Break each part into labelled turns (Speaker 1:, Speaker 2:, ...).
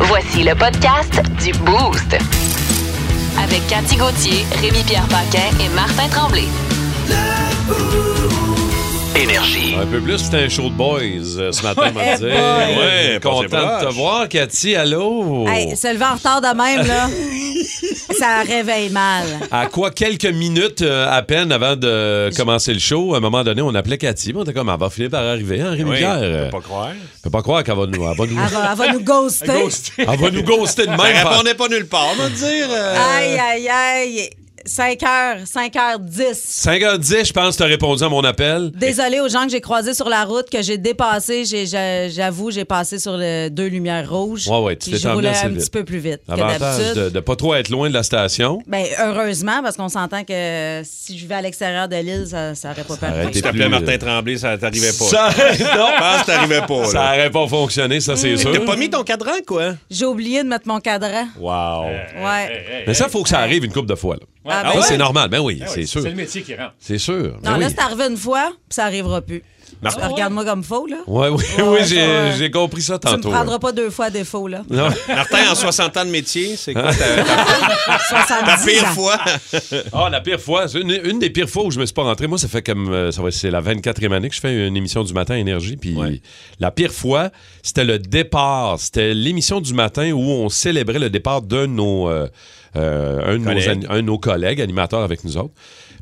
Speaker 1: Voici le podcast du Boost. Avec Cathy Gauthier, Rémi-Pierre Paquin et Martin Tremblay.
Speaker 2: Énergie.
Speaker 3: Un peu plus, c'était un show de boys euh, ce matin, on m'a dit. Ouais, content de te voir, Cathy. Allô?
Speaker 4: Hey, se lever en retard de même, là, ça réveille mal.
Speaker 3: À quoi quelques minutes euh, à peine avant de commencer le show, à un moment donné, on appelait Cathy. puis On était comme, elle va finir par arriver, hein, Rémi
Speaker 5: Oui,
Speaker 3: Pierre?
Speaker 5: on
Speaker 3: Euh,
Speaker 5: peut pas croire.
Speaker 3: Je peux pas croire qu'elle va nous. Elle va nous,
Speaker 4: Elle va, elle va nous ghoster.
Speaker 3: elle va nous ghoster de même.
Speaker 5: Elle répondait pas nulle part, on va te dire. euh,
Speaker 4: Aïe, aïe, aïe. 5 h 5 h 10.
Speaker 3: 5h10, je pense, tu as répondu à mon appel.
Speaker 4: Désolée aux gens que j'ai croisés sur la route, que j'ai dépassé. J'ai- j'a- J'avoue, j'ai passé sur les deux lumières rouges.
Speaker 3: Ouais, ouais, tu
Speaker 4: Puis
Speaker 3: t'es
Speaker 4: Je
Speaker 3: emmené
Speaker 4: roulais
Speaker 3: assez
Speaker 4: un
Speaker 3: vite.
Speaker 4: petit peu plus vite que
Speaker 3: Avantage de,
Speaker 4: d'habitude.
Speaker 3: de pas trop être loin de la station.
Speaker 4: Ben, heureusement, parce qu'on s'entend que si je vais à l'extérieur de l'île, ça n'aurait pas
Speaker 3: aurait
Speaker 4: perdu.
Speaker 3: été
Speaker 5: Tu t'appelais
Speaker 3: plus,
Speaker 5: Martin
Speaker 3: euh,
Speaker 5: Tremblay, ça t'arrivait pas.
Speaker 3: Ça, non,
Speaker 5: Je pense que t'arrivais pas,
Speaker 3: ça
Speaker 5: là.
Speaker 3: aurait pas fonctionné, ça, c'est sûr.
Speaker 5: T'as pas mis ton cadran, quoi? Euh.
Speaker 4: J'ai oublié de mettre mon cadran.
Speaker 3: Wow.
Speaker 4: Ouais.
Speaker 3: Mais ça, faut que ça arrive une couple de fois. là.
Speaker 4: Ah,
Speaker 3: Ça,
Speaker 4: ben
Speaker 3: c'est
Speaker 4: ouais.
Speaker 3: normal. Ben oui, c'est sûr.
Speaker 6: C'est le métier qui rentre.
Speaker 3: C'est sûr. Ben
Speaker 4: Non, là,
Speaker 3: oui.
Speaker 4: c'est arrivé une fois, puis ça arrivera plus.
Speaker 3: Mar-
Speaker 4: Tu- Regarde-moi comme faux, là.
Speaker 3: Ouais, oui,
Speaker 4: Ouais,
Speaker 3: oui,
Speaker 4: ouais,
Speaker 3: j'ai,
Speaker 4: ouais.
Speaker 3: j'ai compris ça
Speaker 4: Tu me
Speaker 3: tantôt. hein.
Speaker 4: prendras pas deux fois à défaut, là.
Speaker 3: Non.
Speaker 5: Martin, en 60 ans de métier, c'est quoi ta, ta
Speaker 4: 70
Speaker 5: pire
Speaker 4: ans.
Speaker 5: fois?
Speaker 3: Ah, la pire fois, c'est une, une des pires fois où je me suis pas rentré. Moi, ça fait comme. euh, Ça va, c'est la 24e année que je fais une émission du matin à Énergie. Puis la pire fois, c'était le départ. C'était l'émission du matin où on célébrait le départ d'un de nos, euh, euh, un de nos
Speaker 5: Collègues.
Speaker 3: ani- un de nos collègues animateurs avec nous autres.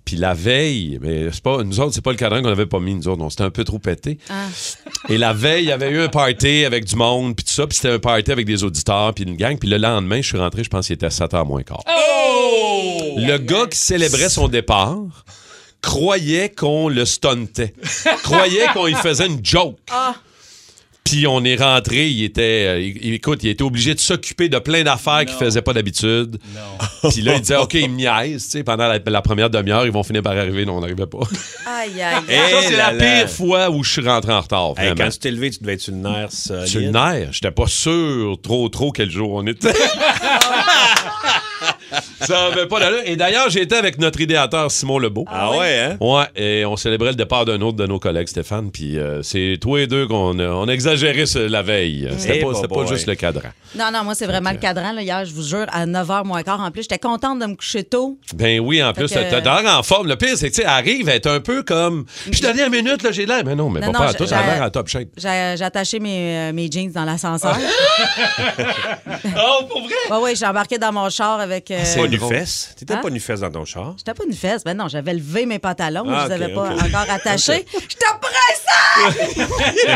Speaker 3: Puis la veille, mais c'est pas, nous autres, c'est pas le cadran qu'on avait pas mis, nous autres, on s'était un peu trop pété. Et la veille, il y avait eu un party avec du monde, puis tout ça, puis c'était un party avec des auditeurs, puis une gang. Puis le lendemain, je suis rentré, je pense qu'il était à 7h moins quart. Le gars qui célébrait son départ croyait qu'on le stuntait. croyait qu'on lui faisait une joke. Puis on est rentré, il était. euh, il- il- écoute, il était obligé de s'occuper de plein d'affaires qu'il faisait pas d'habitude. Puis là, il disait OK, il me niaise, tu sais, pendant la, la première demi-heure, ils vont finir par arriver. Non, on n'arrivait pas.
Speaker 4: Aïe, aïe, aïe.
Speaker 5: Hey
Speaker 3: ça, c'est
Speaker 5: Eh là
Speaker 3: la
Speaker 5: là.
Speaker 3: pire fois où je suis rentré en retard.
Speaker 5: Hey,
Speaker 3: vraiment.
Speaker 5: quand tu t'es levé, tu devais être une nerf solide.
Speaker 3: Sur le nerf, j'étais pas sûr trop trop quel jour on était. Ça avait pas d'allure. Et d'ailleurs, j'étais avec notre idéateur Simon Lebeau.
Speaker 5: Ah ouais, hein?
Speaker 3: Ouais, et on célébrait le départ d'un autre de nos collègues, Stéphane. Puis euh, c'est tous les deux qu'on a, on a exagéré ce- la veille. C'était
Speaker 5: Eh,
Speaker 3: pas,
Speaker 5: bah,
Speaker 3: c'était
Speaker 5: bah,
Speaker 3: pas juste
Speaker 5: ouais.
Speaker 3: le cadran.
Speaker 4: Non, non, moi, c'est vraiment le cadran, là. Hier, je vous jure, à 9h moins quart en plus, j'étais contente de me coucher tôt.
Speaker 3: Ben oui, en plus,
Speaker 4: que-
Speaker 3: t'as t'as l'air en forme. Le pire, c'est que tu sais, arrive à être un peu comme. Je suis dernière minute, là, j'ai l'air. Mais non, mais
Speaker 4: Non,
Speaker 3: pas
Speaker 4: non,
Speaker 3: pas à
Speaker 4: je-
Speaker 3: tout, ça a
Speaker 4: j'ai-
Speaker 3: l'air en top shape.
Speaker 4: J'ai j'ai attaché mes, euh, mes jeans dans l'ascenseur.
Speaker 3: Oh, pour vrai?
Speaker 4: ouais, ouais, j'ai embarqué dans mon char avec. euh,
Speaker 5: Pas nu
Speaker 3: drôle.
Speaker 5: fesse. T'étais
Speaker 4: Hein?
Speaker 5: pas nu fesse dans ton char.
Speaker 4: J'étais pas une fesse, ben non, j'avais levé mes pantalons,
Speaker 5: Ah,
Speaker 4: je les
Speaker 5: ok,
Speaker 4: avais pas
Speaker 5: ok.
Speaker 4: encore attachés. J'étais pressée!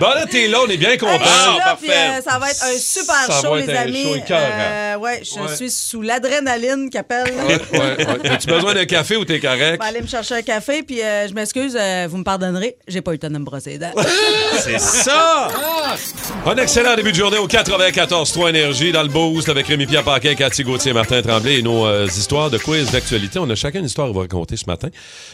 Speaker 3: Bon, là, t'es là, on est bien
Speaker 4: Hey,
Speaker 3: content. Ah,
Speaker 4: je suis là,
Speaker 5: parfait.
Speaker 4: puis, euh, ça va être un super
Speaker 3: Ça
Speaker 4: show,
Speaker 3: va être
Speaker 4: les
Speaker 3: un
Speaker 4: amis.
Speaker 3: show écœurant.
Speaker 4: Euh, ouais, je
Speaker 3: Ouais.
Speaker 4: suis sous l'adrénaline qu'appelle.
Speaker 3: As-tu besoin d'un café ou t'es
Speaker 4: Je
Speaker 3: correct?
Speaker 4: vais aller me chercher un café, puis euh, je m'excuse, euh, vous me pardonnerez, j'ai pas eu le temps de me brosser les dents.
Speaker 5: C'est ça!
Speaker 3: Un excellent début de journée au 94-3 Énergie dans le Boost avec Rémi-Pierre Paquin, Cathy Gauthier, Martin Tremblay et nos euh, histoires de quiz d'actualité. On a chacun une histoire à vous raconter ce matin.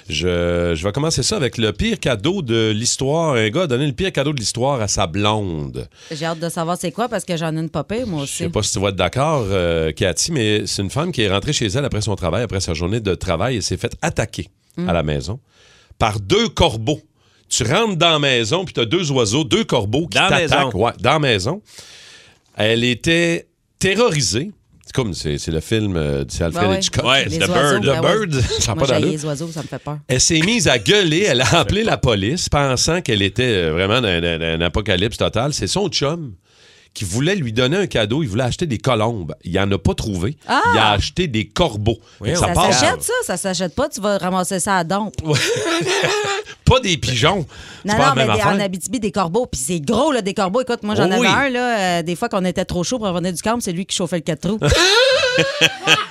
Speaker 3: Je, je vais commencer ça avec le pire cadeau de l'histoire. Un gars a donné le pire cadeau de l'histoire à sa blonde.
Speaker 4: J'ai hâte de savoir c'est quoi parce que j'en ai une popée, moi
Speaker 3: Je
Speaker 4: aussi.
Speaker 3: sais pas si tu vas être d'accord, euh, Cathy, mais c'est une femme qui est rentrée chez elle après son travail, après sa journée de travail, et s'est faite attaquer à la maison par deux corbeaux. Tu rentres dans la maison, puis tu as deux oiseaux, deux corbeaux qui
Speaker 5: Dans la
Speaker 3: t'attaquent.
Speaker 5: maison.
Speaker 3: Ouais, dans la maison. Elle était terrorisée. C'est comme, c'est c'est le film euh, de
Speaker 4: Ben
Speaker 3: Alfred
Speaker 4: Bah Ouais, ouais.
Speaker 3: Hitchcock.
Speaker 5: Ouais,
Speaker 4: Les
Speaker 5: The
Speaker 4: oiseaux, ben
Speaker 5: Bird.
Speaker 3: The
Speaker 4: ouais.
Speaker 3: Bird, ça a
Speaker 4: Moi,
Speaker 3: pas
Speaker 4: j'ai
Speaker 3: d'allure.
Speaker 4: les oiseaux, ça me fait peur.
Speaker 3: Elle s'est mise à gueuler. Elle a appelé la police pensant qu'elle était euh, vraiment dans dans- dans un, apocalypse total. C'est son chum qui voulait lui donner un cadeau. Il voulait acheter des colombes. Il en a pas trouvé.
Speaker 4: Ah!
Speaker 3: Il a acheté des corbeaux. Fait que
Speaker 5: on
Speaker 3: ça
Speaker 4: Ça
Speaker 3: passe
Speaker 4: s'achète, ça? Ça s'achète pas, tu vas ramasser ça à don.
Speaker 3: pas des pigeons. C'est
Speaker 4: Non, non,
Speaker 3: pas la
Speaker 4: mais
Speaker 3: même
Speaker 4: des-
Speaker 3: affaire.
Speaker 4: en Abitibi, des corbeaux. Puis c'est gros, là, des corbeaux. Écoute, moi, j'en
Speaker 3: Oh oui.
Speaker 4: avais un, là, euh, des fois qu'on était trop chaud pour revenir du camp, c'est lui qui chauffait le quatre trous.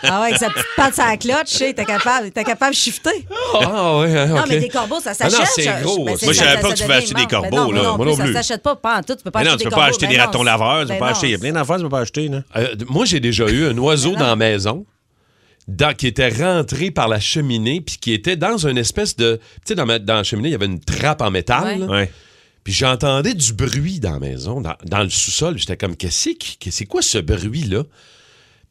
Speaker 4: ah ouais, avec sa petite patte sur la cloche, tu sais, t'es capable, t'es capable de shifter.
Speaker 3: Ah, ouais, hein,
Speaker 4: Non,
Speaker 3: ok.
Speaker 4: mais des corbeaux, ça s'achète.
Speaker 3: Ah non, c'est
Speaker 4: Je- je-
Speaker 3: gros.
Speaker 4: ben, c'est
Speaker 3: Moi,
Speaker 4: ça,
Speaker 3: je savais
Speaker 4: ça-
Speaker 5: pas
Speaker 4: ça
Speaker 5: que tu pouvais
Speaker 4: devient
Speaker 5: acheter des
Speaker 4: immense. Ben
Speaker 5: corbeaux,
Speaker 4: non,
Speaker 5: là.
Speaker 4: non
Speaker 3: Moi non
Speaker 4: plus,
Speaker 3: plus.
Speaker 4: Ça s'achète pas, pas en tout. Tu peux pas
Speaker 5: Mais non,
Speaker 4: acheter
Speaker 5: tu
Speaker 4: des
Speaker 5: peux
Speaker 4: corbeaux.
Speaker 5: pas acheter
Speaker 4: Ben
Speaker 5: des
Speaker 4: non,
Speaker 5: ratons laveurs, tu
Speaker 4: ben
Speaker 5: peux pas
Speaker 4: non,
Speaker 5: acheter. Il y a plein d'affaires, tu peux pas acheter, là.
Speaker 3: Euh, moi, j'ai déjà eu un oiseau
Speaker 4: Ben non.
Speaker 3: dans la maison dans- qui était rentré par la cheminée puis qui était dans une espèce de... Tu sais, dans, ma- dans la cheminée, il y avait une trappe en métal.
Speaker 4: Ouais.
Speaker 3: là.
Speaker 5: Ouais.
Speaker 3: Puis j'entendais du bruit dans la maison, dans, dans le sous-sol. J'étais comme, qu'est-ce qui- que c'est quoi ce bruit-là?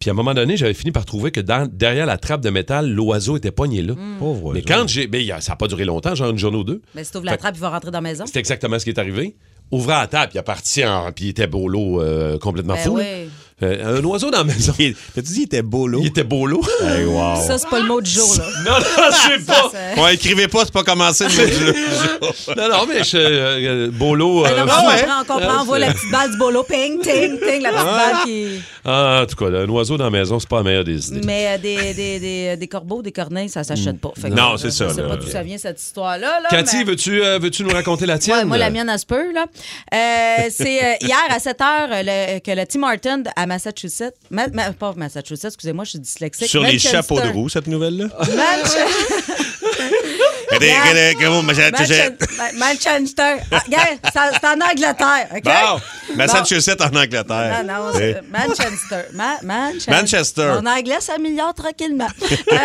Speaker 3: Puis à un moment donné, j'avais fini par trouver que dans- derrière la trappe de métal, l'oiseau était poigné là.
Speaker 4: Mm.
Speaker 5: Pauvre
Speaker 3: Mais quand j'ai. mais ça n'a pas duré longtemps, genre une journée ou deux.
Speaker 4: Ben, si t'ouvres la trappe, il va rentrer dans la maison.
Speaker 3: C'est exactement ce qui est arrivé. ouvrant la table, il est parti en. Puis il était beau l'eau euh, complètement
Speaker 4: Ben
Speaker 3: fou. là.
Speaker 4: oui.
Speaker 3: Euh, un oiseau dans la maison.
Speaker 5: Il- T'as-tu dit qu'il était beau, l'eau?
Speaker 3: Il était beau l'eau.
Speaker 5: Hey, wow.
Speaker 4: Ça, c'est pas le mot du jour, là.
Speaker 3: Non, non, je sais pas.
Speaker 4: c'est-
Speaker 5: Ouais, écrivez pas, c'est pas commencé. mais je-
Speaker 3: Non, non, mais je, euh, euh, Bolo.
Speaker 4: Ah non,
Speaker 3: euh,
Speaker 4: mais
Speaker 5: ah
Speaker 4: on
Speaker 5: ouais?
Speaker 4: comprend, on comprend. On voit la petite balle du bolo. Ping, ting, ting, la petite balle qui.
Speaker 3: ah, en tout cas, là, un oiseau dans la maison, c'est pas la meilleure des idées.
Speaker 4: Mais euh, des, des, des, des corbeaux, des corneilles, ça s'achète pas. Fait que,
Speaker 5: Non,
Speaker 4: euh,
Speaker 5: c'est ça,
Speaker 4: Je sais
Speaker 5: là.
Speaker 4: pas d'où ça vient, cette histoire-là. Là,
Speaker 3: Cathy,
Speaker 4: mais-
Speaker 3: veux-tu euh, veux-tu nous raconter la tienne?
Speaker 4: Ouais, moi, la mienne, elle se peut. Là. Euh, c'est euh, hier à 7 h que le Tim Horton à Massachusetts, ma, ma- pas Massachusetts, excusez-moi, je suis dyslexique.
Speaker 5: Sur les
Speaker 4: Manchester-
Speaker 5: chapeaux de roue, cette nouvelle-là?
Speaker 4: Manche- Manche- Ma- Manchester. Ah, regarde, ça- c'est en Angleterre. OK?
Speaker 5: Bon, Massachusetts en
Speaker 4: Non,
Speaker 5: Angleterre.
Speaker 4: non,
Speaker 5: Eh.
Speaker 4: c'est Manchester. Ma- Manchester.
Speaker 5: Manchester.
Speaker 4: Mon anglais s'améliore tranquillement. Euh,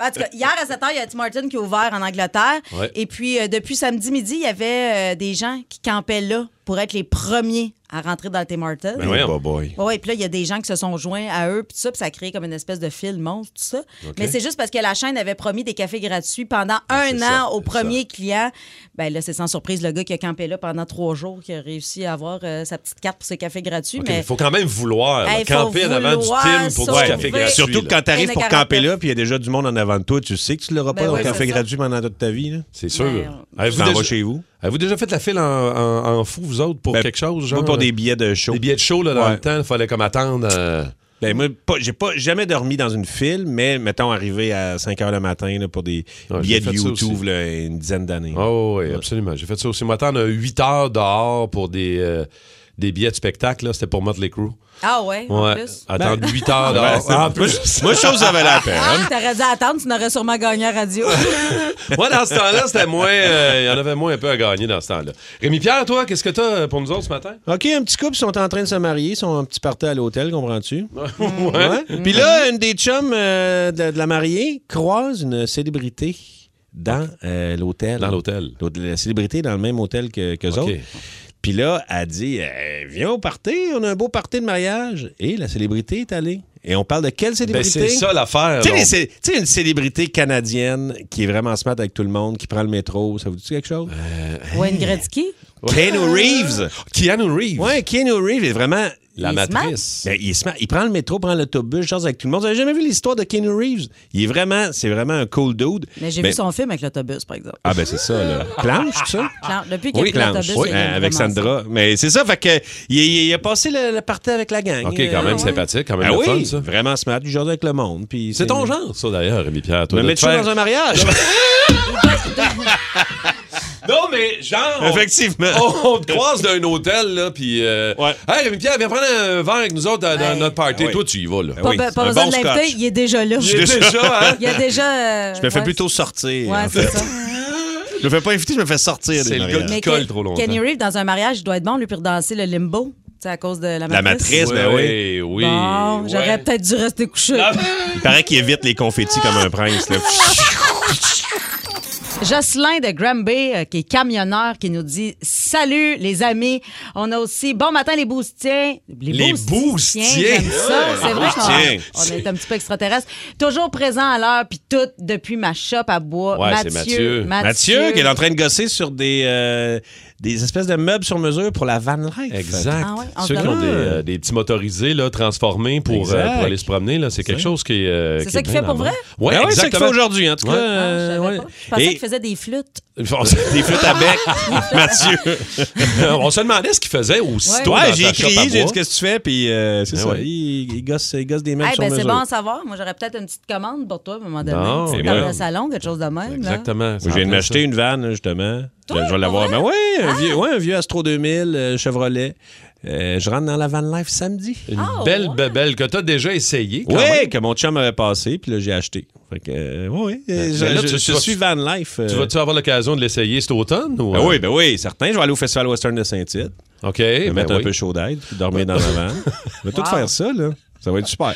Speaker 4: en tout cas, hier à 7 h, il y a Tim Martin qui a ouvert en Angleterre.
Speaker 3: Ouais.
Speaker 4: Et puis, euh, depuis samedi midi, il y avait euh, des gens qui campaient là pour être les premiers à rentrer dans le Tim Martin.
Speaker 3: Ben voyons.
Speaker 5: Oh, boy.
Speaker 4: Oui, puis là, il y a des gens qui se sont joints à eux, puis tout ça, puis ça a créé comme une espèce de fil monstre, tout ça. Mais c'est juste parce que la chaîne avait promis des cafés gratuits pendant un an
Speaker 3: c'est ça,
Speaker 4: aux
Speaker 3: c'est
Speaker 4: premiers clients. Ben là, c'est sans surprise le gars qui a campé là pendant trois jours, qui a réussi à avoir euh, sa petite carte pour ses cafés gratuits.
Speaker 3: OK, mais
Speaker 4: mais
Speaker 3: il faut quand même vouloir là,
Speaker 4: Hey, faut
Speaker 3: camper en avant du
Speaker 4: vouloir
Speaker 3: team pour
Speaker 4: sauver.
Speaker 3: du café
Speaker 4: Ouais.
Speaker 3: gratuit.
Speaker 5: Surtout
Speaker 3: là.
Speaker 5: quand t'arrives pour
Speaker 4: 1,49.
Speaker 5: camper là, puis il y a déjà du monde en avant de toi, tu sais que tu l'auras
Speaker 4: Ben
Speaker 5: pas dans
Speaker 4: ouais,
Speaker 5: le
Speaker 4: c'est
Speaker 5: café
Speaker 4: ça.
Speaker 5: gratuit pendant toute ta vie. Là.
Speaker 3: C'est sûr.
Speaker 4: Ben,
Speaker 5: Tu
Speaker 3: Avez-vous
Speaker 5: t'en vas
Speaker 3: déjà,
Speaker 5: chez vous?
Speaker 3: avez-vous déjà fait la file en, en- en fou, vous autres, pour
Speaker 5: Ben,
Speaker 3: quelque chose? Genre, euh,
Speaker 5: Moi, pour des billets de show.
Speaker 3: des billets de show là, dans
Speaker 5: Ouais.
Speaker 3: le temps, il fallait comme attendre. euh,
Speaker 5: Ben, moi, pas- j'ai pas jamais dormi dans une file, mais mettons arrivé à 5 h le matin là, pour des
Speaker 3: Ouais, j'ai
Speaker 5: billets de
Speaker 3: fait ça
Speaker 5: YouTube
Speaker 3: aussi.
Speaker 5: là, une dizaine d'années.
Speaker 3: Oh oui, absolument. J'ai fait ça aussi. Moi, attendre 8 heures dehors pour des, euh, des billets de spectacle. là. C'était pour Motley Crue.
Speaker 4: ah ouais, en
Speaker 3: Ouais.
Speaker 4: plus.
Speaker 3: Attendre 8 heures
Speaker 5: Ben,
Speaker 3: dehors. Ah,
Speaker 5: c'est-
Speaker 3: en plus,
Speaker 5: Moi, chose avait la peine.
Speaker 4: Ah, T'aurais dû attendre, tu n'aurais sûrement gagné à radio.
Speaker 3: Moi, dans ce temps-là, c'était moins. euh, Il y en avait moins un peu à gagner dans ce temps-là. Rémi Pierre, toi, qu'est-ce que t'as euh, pour nous autres ce matin?
Speaker 5: OK, un petit couple ils sont en train de se marier, ils sont un petit party à l'hôtel, comprends-tu?
Speaker 3: Ouais.
Speaker 5: Ouais. Puis là, une des chums euh, de, de la mariée croise une célébrité dans euh, l'hôtel.
Speaker 3: Dans l'hôtel.
Speaker 5: L'hôte- La célébrité dans le même hôtel que qu'eux
Speaker 3: OK.
Speaker 5: autres. Puis là, elle dit Eh, Viens au party, on a un beau party de mariage. Et la célébrité est allée. Et on parle de quelle
Speaker 3: Ben,
Speaker 5: célébrité
Speaker 3: c'est ça l'affaire.
Speaker 5: Tu sais,
Speaker 3: donc.
Speaker 5: les cé- tu sais, une célébrité canadienne qui est vraiment smart avec tout le monde, qui prend le métro, ça vous dit quelque chose?
Speaker 4: Wayne Gretzky?
Speaker 3: Euh,
Speaker 5: Keanu Reeves!
Speaker 3: Keanu Reeves.
Speaker 5: Ouais, Keanu Reeves est vraiment.
Speaker 3: La
Speaker 4: Il se
Speaker 3: matrice.
Speaker 5: Ben, il, est smart. il prend le métro, prend l'autobus, chose avec tout le monde. Vous avez jamais vu l'histoire de Keanu Reeves? Il est vraiment, c'est vraiment un cool dude.
Speaker 4: Mais j'ai
Speaker 5: Ben-
Speaker 4: vu son film avec l'autobus, par exemple.
Speaker 5: Ah ben c'est ça, là. Planche, tout ça?
Speaker 4: Plan- Depuis qu'il
Speaker 5: Ah. Oui,
Speaker 4: y a plus
Speaker 5: planche.
Speaker 4: l'autobus,
Speaker 5: Oui,
Speaker 4: il y a
Speaker 5: euh, avec
Speaker 4: vraiment ça.
Speaker 5: Sandra. Mais c'est ça, fait que il, il- il a passé le, le party avec la gang.
Speaker 3: OK, quand
Speaker 5: Euh,
Speaker 3: même
Speaker 5: ouais.
Speaker 3: sympathique, quand même
Speaker 5: Ah
Speaker 3: le
Speaker 5: oui,
Speaker 3: fun, ça.
Speaker 5: vraiment smart, du genre avec le monde. puis
Speaker 3: C'est ton genre, ça, d'ailleurs, Rémi Pierre. Toi,
Speaker 5: Me
Speaker 3: de
Speaker 5: mettre
Speaker 3: te
Speaker 5: chaud
Speaker 3: faire-
Speaker 5: dans un mariage?
Speaker 3: Non, mais genre. on-
Speaker 5: Effectivement.
Speaker 3: On, on te croise d'un hôtel, là, puis. euh,
Speaker 5: Ouais.
Speaker 3: Hey, Rémi Pierre, viens prendre un verre avec nous autres dans, dans notre party.
Speaker 5: Ah oui.
Speaker 3: Toi, tu y vas, là.
Speaker 5: Ah
Speaker 4: Pas,
Speaker 5: oui,
Speaker 4: pas
Speaker 5: un
Speaker 4: besoin
Speaker 5: bon
Speaker 4: de l'inviter,
Speaker 5: scotch.
Speaker 4: il est déjà là.
Speaker 3: Il est déjà, hein?
Speaker 4: Il y a déjà. euh,
Speaker 5: Je me fais
Speaker 4: ouais,
Speaker 5: plutôt sortir.
Speaker 4: Ouais,
Speaker 5: en
Speaker 4: c'est
Speaker 5: fait.
Speaker 4: ça.
Speaker 5: Je me fais pas inviter, je me fais sortir.
Speaker 3: C'est
Speaker 5: des
Speaker 3: le
Speaker 5: mariages.
Speaker 3: gars qui-
Speaker 4: Mais
Speaker 3: colle
Speaker 4: Ken-
Speaker 3: Euh, trop longtemps.
Speaker 4: Kenny Reeves, dans un mariage, il doit être bon, lui, pour danser le limbo, tu sais, à cause de la matrice.
Speaker 5: La matrice, ben oui.
Speaker 3: oui. oui.
Speaker 4: Bon,
Speaker 3: ouais.
Speaker 4: j'aurais peut-être dû rester couché.
Speaker 5: Il paraît qu'il évite les confettis comme un prince. là.
Speaker 4: Jocelyn de Granby, euh, qui est camionneur, qui nous dit Salut, les amis. On a aussi Bon matin, les boustiens.
Speaker 3: Les boustiens.
Speaker 4: j'aime ça. C'est vrai
Speaker 5: Boustiens.
Speaker 4: qu'on on est un petit peu extraterrestre. Toujours présent à l'heure, puis tout depuis ma shop à bois.
Speaker 3: Ouais, c'est
Speaker 4: Mathieu,
Speaker 3: Mathieu.
Speaker 5: Mathieu, qui est en train de gosser sur des, euh, des espèces de meubles sur mesure pour la van life.
Speaker 3: Exact.
Speaker 4: Ah ouais, en
Speaker 3: Ceux qui ont
Speaker 4: commun.
Speaker 3: des, euh, des petits motorisés là, transformés pour,
Speaker 5: Exact.
Speaker 3: euh, pour aller se promener, là, c'est Ben quelque chose qui est. euh,
Speaker 4: C'est
Speaker 3: qui
Speaker 4: ça
Speaker 3: est
Speaker 4: qu'il
Speaker 3: bien
Speaker 4: fait pour
Speaker 3: normal.
Speaker 4: vrai?
Speaker 3: Ouais,
Speaker 5: Ouais, c'est ça qu'il fait
Speaker 3: exactement.
Speaker 5: aujourd'hui, en tout cas.
Speaker 3: Ouais.
Speaker 4: Ah, je
Speaker 5: euh,
Speaker 4: savais
Speaker 5: ouais.
Speaker 4: pas. Je pensais
Speaker 5: Et-
Speaker 4: qu'il faisait des flûtes.
Speaker 3: On se-
Speaker 5: Des flûtes à bec, Mathieu.
Speaker 3: on se demandait ce qu'il faisait aussitôt.
Speaker 4: Ouais,
Speaker 5: Ouais,
Speaker 3: dans
Speaker 5: j'ai
Speaker 3: ta shop à
Speaker 5: crié, j'ai
Speaker 3: bois.
Speaker 5: dit qu'est-ce que tu fais, puis euh, c'est
Speaker 3: Ah
Speaker 5: ça.
Speaker 3: ouais.
Speaker 5: Il, il gosse, il gosse des meubles
Speaker 4: Eh
Speaker 5: sur
Speaker 4: ben, c'est
Speaker 5: mesure.
Speaker 4: bon à savoir. Moi, j'aurais peut-être une petite commande pour toi à un moment donné.
Speaker 3: Non,
Speaker 4: Tu sais,
Speaker 3: mais
Speaker 4: dans
Speaker 3: moi-
Speaker 4: le salon, quelque chose de même. là.
Speaker 3: Exactement.
Speaker 5: Moi, je viens de m'acheter une vanne, justement. Là, je vais l'avoir. Mais ouais,
Speaker 4: Ah!
Speaker 5: un, vieux, ouais, un vieux Astro 2000 euh, Chevrolet. Euh, je rentre dans la van life samedi.
Speaker 3: Une
Speaker 4: Ah,
Speaker 3: belle
Speaker 4: ouais.
Speaker 3: bebelle que t'as déjà essayé. quand
Speaker 5: Ouais,
Speaker 3: même.
Speaker 5: que mon chum avait passé, puis là, j'ai acheté. Fait que, euh, ouais, ouais, euh, je,
Speaker 3: mais là,
Speaker 5: je-
Speaker 3: tu-
Speaker 5: je
Speaker 3: tu vas-
Speaker 5: suis van life. euh.
Speaker 3: Tu vas-tu avoir l'occasion de l'essayer cet automne? Ou...
Speaker 5: Ben oui, ben oui, certain. Je vais aller au Festival Western de Saint-Tite,
Speaker 3: OK.
Speaker 5: me
Speaker 3: ben
Speaker 5: mettre un
Speaker 3: oui.
Speaker 5: peu chaud d'aide, puis dormir dans la van. Je vais tout
Speaker 4: Wow.
Speaker 5: faire ça, là. Ça va être super.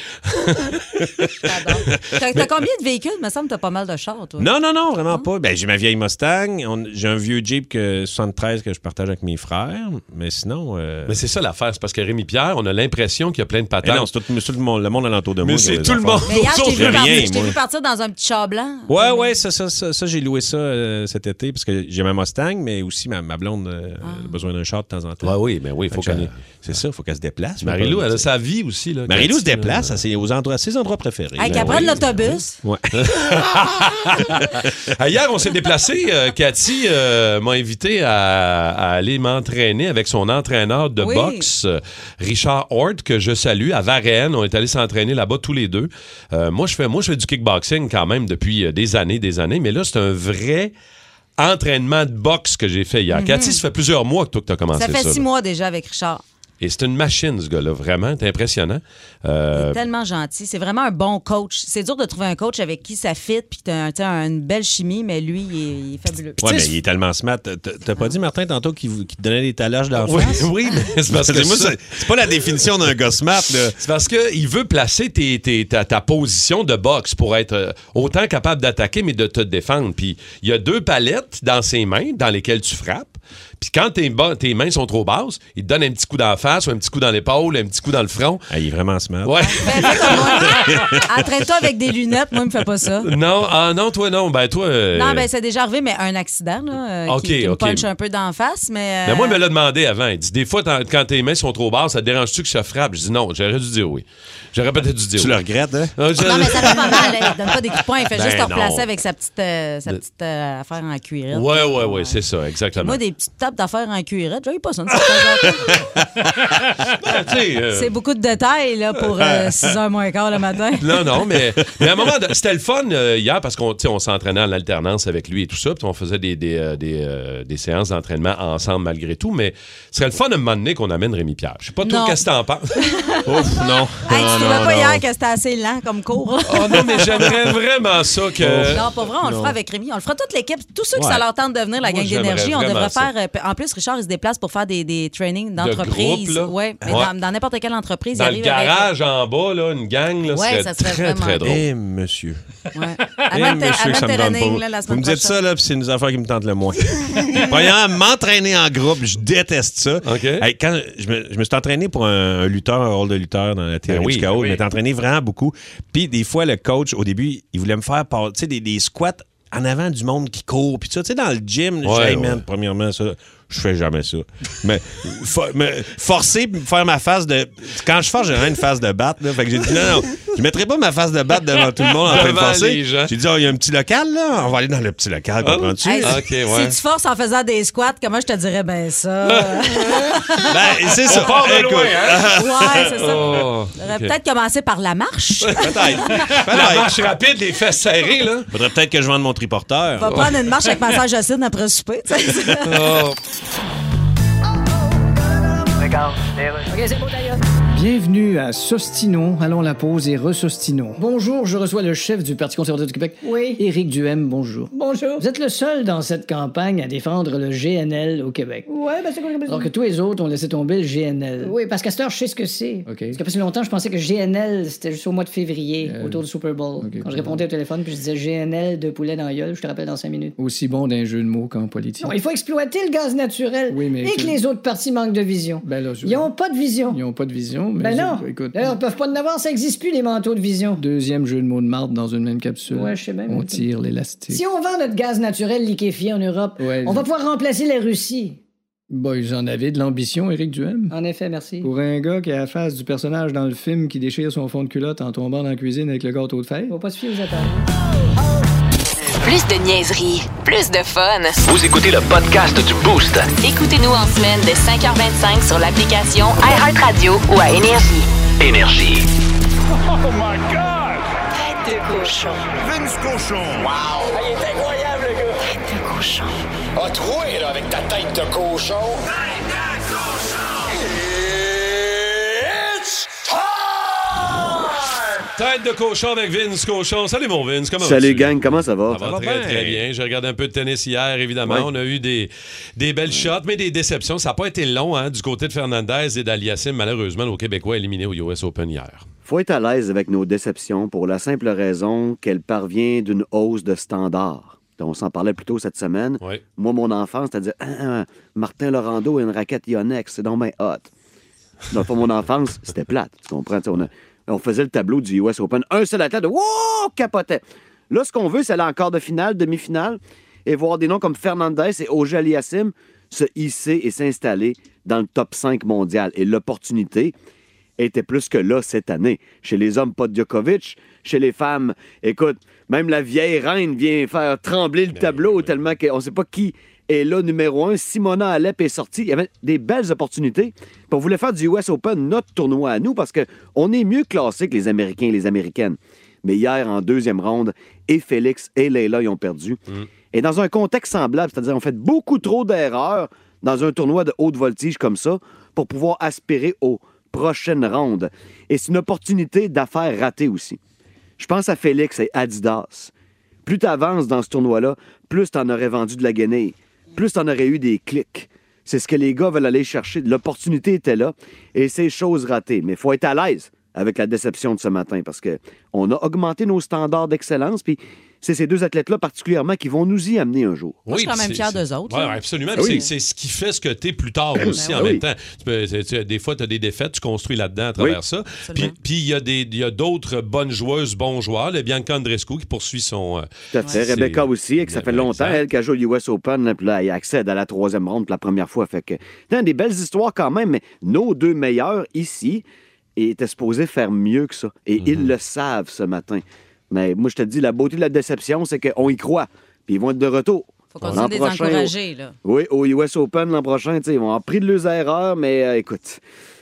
Speaker 4: J'adore. T'as t'as combien de véhicules? Il me semble que t'as pas mal de chars, toi.
Speaker 5: Non, non, non, vraiment pas. Ben, j'ai ma vieille Mustang. on- j'ai un vieux Jeep que, 73 que je partage avec mes frères. Mais sinon. euh,
Speaker 3: Mais c'est ça l'affaire, c'est parce que Rémi Pierre, on a l'impression qu'il y a plein de
Speaker 5: eh non,
Speaker 3: patates.
Speaker 5: c'est tout, c'est tout le monde, le monde alentour de moi.
Speaker 3: mais
Speaker 5: qui a
Speaker 3: c'est
Speaker 5: des
Speaker 3: tout le
Speaker 5: affaires.
Speaker 3: monde.
Speaker 4: Mais hier, je t'ai
Speaker 3: autour de
Speaker 4: vu,
Speaker 5: rien,
Speaker 3: lui.
Speaker 4: par- je t'ai
Speaker 5: moi.
Speaker 4: vu partir dans un petit char blanc.
Speaker 5: Ouais, ouais, ça, ça, ça, ça, j'ai loué ça euh, cet été parce que j'ai ma Mustang, mais aussi ma, ma blonde euh, elle a besoin d'un char de temps en temps.
Speaker 3: Ah. Ouais, oui, mais oui, il
Speaker 5: Fait
Speaker 3: faut
Speaker 5: que, euh,
Speaker 3: qu'on.
Speaker 5: C'est ça, faut qu'elle se déplace.
Speaker 3: Marie-Lou, elle a sa vie aussi. là,
Speaker 5: Marie-Lou se
Speaker 3: Cathy, là.
Speaker 5: déplace, elle, c'est aux endroits, à ses endroits préférés.
Speaker 4: Hey,
Speaker 5: Ben
Speaker 4: qu'elle
Speaker 5: oui.
Speaker 4: prenne l'autobus.
Speaker 5: Ouais.
Speaker 3: Ah, Hier, on s'est déplacé. euh, Cathy euh, m'a invité à, à aller m'entraîner avec son entraîneur de
Speaker 4: Oui.
Speaker 3: boxe, euh, Richard Hort, que je salue à Varennes. On est allé s'entraîner là-bas tous les deux. Euh, moi, je fais, moi, je fais du kickboxing quand même depuis euh, des années, des années. Mais là, c'est un vrai entraînement de boxe que j'ai fait hier. Cathy, ça fait plusieurs mois que toi que t'as
Speaker 5: Ah,
Speaker 3: commencé
Speaker 4: Mhm. Ça
Speaker 3: ça.
Speaker 4: fait six
Speaker 3: là.
Speaker 4: mois déjà avec Richard.
Speaker 3: Et c'est une machine, ce gars-là. Vraiment, c'est impressionnant. Euh,
Speaker 4: Il est tellement gentil. C'est vraiment un bon coach. C'est dur de trouver un coach avec qui ça fit, puis t'as un- t'as une belle chimie, mais lui, il est, il est fabuleux.
Speaker 5: Ouais,
Speaker 3: Tu sais,
Speaker 5: mais il est tellement smart. T'as- T'as pas dit, Martin, tantôt, qu'il vous- qu'il te donnait des talages d'en
Speaker 3: oui,
Speaker 5: face?
Speaker 3: oui, mais c'est parce que
Speaker 5: Parce que moi,
Speaker 3: ça-
Speaker 5: c'est c'est pas la définition d'un gars smart. là.
Speaker 3: C'est parce qu'il veut placer tes- tes- ta, ta position de boxe pour être euh, autant capable d'attaquer, mais de te défendre. Puis il y a deux palettes dans ses mains dans lesquelles tu frappes. Puis quand tes, ba- tes mains sont trop basses, il te donne un petit coup dans la face ou un petit coup dans l'épaule, un petit coup dans le front.
Speaker 5: Ah, il est vraiment smart.
Speaker 3: Ouais.
Speaker 4: Ben, fais comme moi. Entraîne-toi avec des lunettes. Moi, il me fait pas
Speaker 5: Euh.
Speaker 4: ça.
Speaker 3: non, ah non, toi non. Ben toi. euh,
Speaker 4: Non, ben c'est déjà arrivé, mais un accident, là, euh,
Speaker 3: Ok,
Speaker 4: qui, qui me
Speaker 3: ok.
Speaker 4: punch un peu d'en face, mais... euh,
Speaker 3: Mais ben,
Speaker 5: Ben,
Speaker 3: moi, il me l'a demandé avant. Il dit Des fois, t'en- quand tes mains sont trop basses, ça te dérange-tu que je frappe Je dis non, j'aurais dû dire oui. J'aurais peut-être dû dire
Speaker 5: Tu
Speaker 3: oui.
Speaker 5: le regrettes, hein?
Speaker 3: Ah, je-
Speaker 4: Non, mais ça fait pas mal. hein. Il donne pas des coups de poing. Il fait
Speaker 3: Ben
Speaker 4: juste te
Speaker 3: non.
Speaker 4: replacer avec sa petite, euh, sa petite euh, affaire en cuirette.
Speaker 3: Ouais, ouais, ouais, c'est ça, exactement.
Speaker 4: Moi, des petites tapes d'affaires en cuirette, j'avais pas ça. une certaine affaire.
Speaker 3: Ah, tu sais, euh,
Speaker 4: C'est beaucoup de détails là, pour 6h moins quart le matin.
Speaker 3: Non, non, mais, mais à un moment, donné, c'était le fun euh, hier parce qu'on tu sais, on s'entraînait en alternance avec lui et tout ça. Puis on faisait des, des, euh, des, euh, des séances d'entraînement ensemble malgré tout. Mais ce serait le fun à un moment donné qu'on amène Rémi Pierre. Je sais pas
Speaker 4: Non.
Speaker 3: trop qu'est-ce que t'en penses. Ouf, non.
Speaker 4: Hey,
Speaker 5: Non,
Speaker 4: tu trouvais
Speaker 5: non,
Speaker 4: pas
Speaker 5: non.
Speaker 4: hier que c'était assez lent comme cours?
Speaker 3: Oh non, mais j'aimerais vraiment ça que.
Speaker 4: Non, pas vrai, on le fera avec Rémi. On le fera toute l'équipe. Tous ceux qui
Speaker 5: Ouais.
Speaker 4: ça leur tente de venir, la
Speaker 3: Moi,
Speaker 4: gang
Speaker 3: j'aimerais
Speaker 4: d'énergie, on
Speaker 3: vraiment
Speaker 4: devrait
Speaker 3: ça.
Speaker 4: faire. euh, En plus, Richard, il se déplace pour faire des, des trainings d'entreprise.
Speaker 3: groupe, là.
Speaker 4: ouais, mais
Speaker 3: Ouais.
Speaker 4: dans- dans n'importe quelle entreprise.
Speaker 3: Dans
Speaker 4: il arrive
Speaker 3: le
Speaker 4: avec-
Speaker 3: garage en bas, là, une gang, là,
Speaker 4: Ouais,
Speaker 3: serait
Speaker 4: ça serait
Speaker 3: très,
Speaker 4: vraiment
Speaker 3: très drôle.
Speaker 5: Eh, monsieur.
Speaker 4: Ouais.
Speaker 5: Eh,
Speaker 4: Avant tes-
Speaker 5: monsieur, que
Speaker 4: avant
Speaker 5: ça me
Speaker 4: tes
Speaker 5: tente
Speaker 4: running,
Speaker 5: pas.
Speaker 4: là, la
Speaker 5: Vous
Speaker 4: semaine
Speaker 5: me dites
Speaker 4: prochaine.
Speaker 5: ça, là, puis c'est une affaire qui me tente le moins. Premièrement, m'entraîner en groupe, je déteste ça.
Speaker 3: OK.
Speaker 5: Hey, quand je, me, je me suis entraîné pour un, un lutteur, un rôle de lutteur dans la théorie
Speaker 3: Ben oui,
Speaker 5: du chaos.
Speaker 3: ben oui.
Speaker 5: Je m'étais entraîné vraiment beaucoup. Puis des fois, le coach, au début, il voulait me faire par- tu sais, des, des squats en avant du monde qui court. Puis ça, tu sais, dans le gym, je
Speaker 3: Ouais,
Speaker 5: dis, Hey, man,
Speaker 3: ouais.
Speaker 5: premièrement, ça, je fais jamais ça. mais, fo- me forcer, me faire ma face de. Quand je force, j'ai vraiment une face de batte. Là, fait que j'ai dit, non, non, je mettrai pas ma face de batte devant tout le monde en train de
Speaker 3: Devant les
Speaker 5: forcer.
Speaker 3: gens.
Speaker 5: J'ai dit, oh, il y a un petit local, là. On va aller dans le petit local,
Speaker 7: Ah
Speaker 5: comprends-tu?
Speaker 4: Hey,
Speaker 3: Ah, Ok, ouais.
Speaker 4: Si tu forces en faisant des squats, comment je te dirais ben ça?
Speaker 5: Ben, c'est ça. Écoute,
Speaker 7: hein?
Speaker 3: hein?
Speaker 4: ouais, c'est ça.
Speaker 3: Oh,
Speaker 4: J'aurais
Speaker 3: ok.
Speaker 4: Peut-être commencer par la marche.
Speaker 5: Peut-être.
Speaker 3: La
Speaker 5: Peut-être.
Speaker 3: marche rapide, les fesses serrées, là.
Speaker 5: Faudrait peut-être que je vende mon triporteur.
Speaker 4: Va prendre une marche avec ma soeur Jocelyne après le souper. tu sais.
Speaker 2: Bienvenue à Sostino. Allons à la pause et ressostino. Bonjour, je reçois le chef du Parti conservateur du Québec.
Speaker 6: Oui.
Speaker 2: Éric Duhem, bonjour.
Speaker 6: Bonjour.
Speaker 2: Vous êtes le seul dans cette campagne à défendre le GNL au Québec.
Speaker 6: Ouais, ben c'est quoi
Speaker 2: Alors que tous les autres ont laissé tomber le GNL.
Speaker 6: Oui, parce qu'à cette heure, je sais ce que c'est.
Speaker 2: OK.
Speaker 6: Parce que pas si longtemps, je pensais que GNL, c'était juste au mois de février,
Speaker 2: Euh,
Speaker 6: autour du Super Bowl.
Speaker 2: OK.
Speaker 6: Quand je répondais au téléphone, puis je disais GNL de poulet dans la gueule, je te rappelle dans cinq minutes.
Speaker 2: Aussi bon d'un jeu de mots qu'en politique.
Speaker 6: Non, il faut exploiter le gaz naturel
Speaker 2: Oui, mais
Speaker 6: et
Speaker 2: que-
Speaker 6: que les autres partis manquent de vision.
Speaker 2: Ben là, je-
Speaker 6: Ils n'ont pas de vision.
Speaker 2: Ils ont pas de vision, mais
Speaker 6: Ben non.
Speaker 2: je- écoute.
Speaker 6: D'ailleurs, ils peuvent pas en avoir, ça existe plus, les manteaux de vision.
Speaker 2: Deuxième jeu de mots de marde dans une même capsule.
Speaker 6: Ouais, je sais bien,
Speaker 2: On
Speaker 6: moi.
Speaker 2: tire l'élastique.
Speaker 6: Si on vend notre gaz naturel liquéfié en Europe,
Speaker 2: Ouais,
Speaker 6: on va pouvoir remplacer la Russie.
Speaker 2: Bon, ils en avaient de l'ambition, Éric Duhem.
Speaker 6: En effet, merci.
Speaker 2: Pour un gars qui a la face du personnage dans le film qui déchire son fond de culotte en tombant dans la cuisine avec le gâteau de fête.
Speaker 6: Faut pas se fier aux attentes.
Speaker 1: Plus de niaiserie, plus de fun.
Speaker 8: Vous écoutez le podcast du Boost.
Speaker 1: Écoutez-nous en semaine de 5h25 sur l'application iHeartRadio ou à Énergie.
Speaker 8: Énergie.
Speaker 9: Vince Cochon. Wow! Ah, il est incroyable, le gars! Tête de cochon. A troué, là, avec ta tête de cochon. Tête de cochon! It's time!
Speaker 3: Tête de cochon avec Vince Cochon. Salut mon Vince, comment vas-tu?
Speaker 7: Salut gang, comment ça va?
Speaker 3: Ça va très, très bien. J'ai regardé un peu de tennis hier, évidemment.
Speaker 7: Ouais.
Speaker 3: On a eu des, des belles shots, mais des déceptions. Ça n'a pas été long hein, du côté de Fernandez et d'Aliassim, malheureusement, nos Québécois éliminés au US Open hier.
Speaker 7: Faut être à l'aise avec nos déceptions pour la simple raison qu'elle parvient d'une hausse de standard. On s'en parlait plus tôt cette semaine.
Speaker 3: Ouais.
Speaker 7: Moi, mon enfance, c'était de dire Ah, ah, Martin Laurando et une raquette Yonex, c'est donc bien hot. Dans le fond, mon enfance, c'était plate. Tu comprends? Tu sais, On, a- on faisait le tableau du US Open. Un seul athlète, wow, capotait. Là, ce qu'on veut, c'est aller en quart de finale, demi-finale, et voir des noms comme Fernandez et Oje Aliassim se hisser et s'installer dans le top 5 mondial. Et l'opportunité était plus que là cette année. Chez les hommes, pas de Djokovic. Chez les femmes, écoute, même la vieille reine vient faire trembler le tableau tellement qu'on ne sait pas qui est là numéro un. Simona Alep est sortie. Il y avait des belles opportunités. Puis on voulait faire du US Open notre tournoi à nous parce qu'on est mieux classé que les Américains et les Américaines. Mais hier, en deuxième ronde, et Félix et Leila y ont perdu. Et dans un contexte semblable, c'est-à-dire on fait beaucoup trop d'erreurs dans un tournoi de haute voltige comme ça pour pouvoir aspirer aux prochaines rondes. Et c'est une opportunité d'affaires ratée aussi. Je pense à Félix et Adidas. Plus tu avances dans ce tournoi-là, plus tu en aurais vendu de la guenille, plus tu en aurais eu des clics. C'est ce que les gars veulent aller chercher. L'opportunité était là et c'est chose ratée. Mais faut être à l'aise avec la déception de ce matin parce que on a augmenté nos standards d'excellence. Puis c'est ces deux athlètes-là particulièrement qui vont nous y amener un jour.
Speaker 4: Moi, je suis quand même fier d'eux autres,
Speaker 3: Oui,
Speaker 4: là.
Speaker 3: absolument.
Speaker 7: Ah
Speaker 3: Puis
Speaker 7: oui. Ben
Speaker 3: C'est c'est ce qui fait ce que tu es plus tard aussi en
Speaker 7: oui.
Speaker 3: même temps. Tu peux- tu- tu- des fois, tu as des défaites, tu construis là-dedans à travers
Speaker 7: Oui.
Speaker 3: ça. Puis puis il y a des- il y a d'autres bonnes joueuses, bons joueurs. Le Bianca Andrescu qui poursuit son. euh,
Speaker 7: Tout à fait.
Speaker 3: c'est-
Speaker 7: Rebecca aussi, que ça fait
Speaker 3: Ben,
Speaker 7: longtemps,
Speaker 3: exact.
Speaker 7: elle, qui a joué au US Open, là, puis là, elle accède à la troisième ronde pour la première fois. Fait que, non, des belles histoires quand même, mais nos deux meilleurs ici étaient supposés faire mieux que ça. Et
Speaker 3: Mhm.
Speaker 7: ils le savent ce matin. Mais moi, je te dis, la beauté de la déception, c'est qu'on y croit. Puis ils vont être de retour.
Speaker 4: Faut
Speaker 7: L'an
Speaker 4: continuer de les
Speaker 7: prochain, au-
Speaker 4: encourager, là.
Speaker 7: oui, au US Open l'an prochain, tu sais, ils vont en pris de leurs erreurs, mais euh, écoute,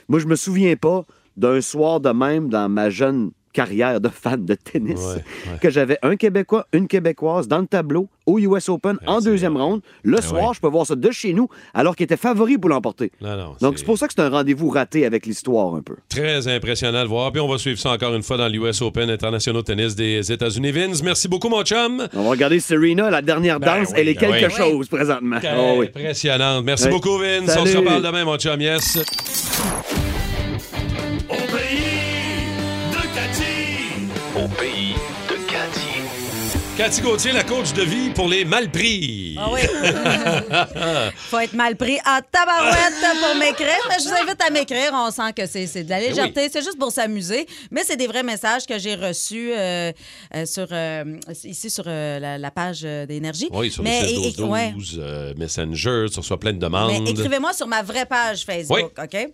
Speaker 7: moi, je me souviens pas d'un soir de même dans ma jeune carrière de fan de tennis
Speaker 3: Ouais, ouais.
Speaker 7: que j'avais un Québécois, une Québécoise dans le tableau au US Open en deuxième ronde.
Speaker 3: Ben
Speaker 7: Le soir, je peux voir ça de chez nous, alors qu'il était favori pour l'emporter.
Speaker 3: Non, non,
Speaker 7: Donc, c'est pour ça que c'est un rendez-vous raté avec l'histoire un peu.
Speaker 3: Très impressionnant de voir. Puis on va suivre ça encore une fois dans l'US Open International Tennis des États-Unis. Vince, merci beaucoup, mon chum.
Speaker 7: On va regarder Serena, la dernière
Speaker 3: Ben
Speaker 7: danse,
Speaker 3: oui,
Speaker 7: elle est
Speaker 3: ben
Speaker 7: quelque
Speaker 3: oui.
Speaker 7: chose présentement.
Speaker 8: Euh,
Speaker 7: Oh oui.
Speaker 3: Impressionnante. Merci
Speaker 7: Ouais.
Speaker 3: beaucoup, Vince. On se
Speaker 7: Salut.
Speaker 3: reparle demain, mon chum. Yes.
Speaker 8: Au pays de Cathy.
Speaker 3: Cathy Gauthier, la coach de vie pour les mal pris.
Speaker 4: Ah oui. Faut être mal pris en tabarouette pour m'écrire, mais je vous invite à m'écrire. On sent que c'est c'est de
Speaker 3: Eh
Speaker 4: la légèreté, c'est juste pour s'amuser, mais c'est des vrais messages que j'ai reçus euh, euh, sur, euh, ici sur euh, la, la page euh, d'énergie.
Speaker 3: Oui, sur
Speaker 4: Mais-
Speaker 3: le
Speaker 4: et- et-
Speaker 3: 16 12
Speaker 4: ouais.
Speaker 3: 12 euh, Messenger, tu reçois plein de demandes.
Speaker 4: Mais écrivez-moi sur ma vraie page Facebook, OK?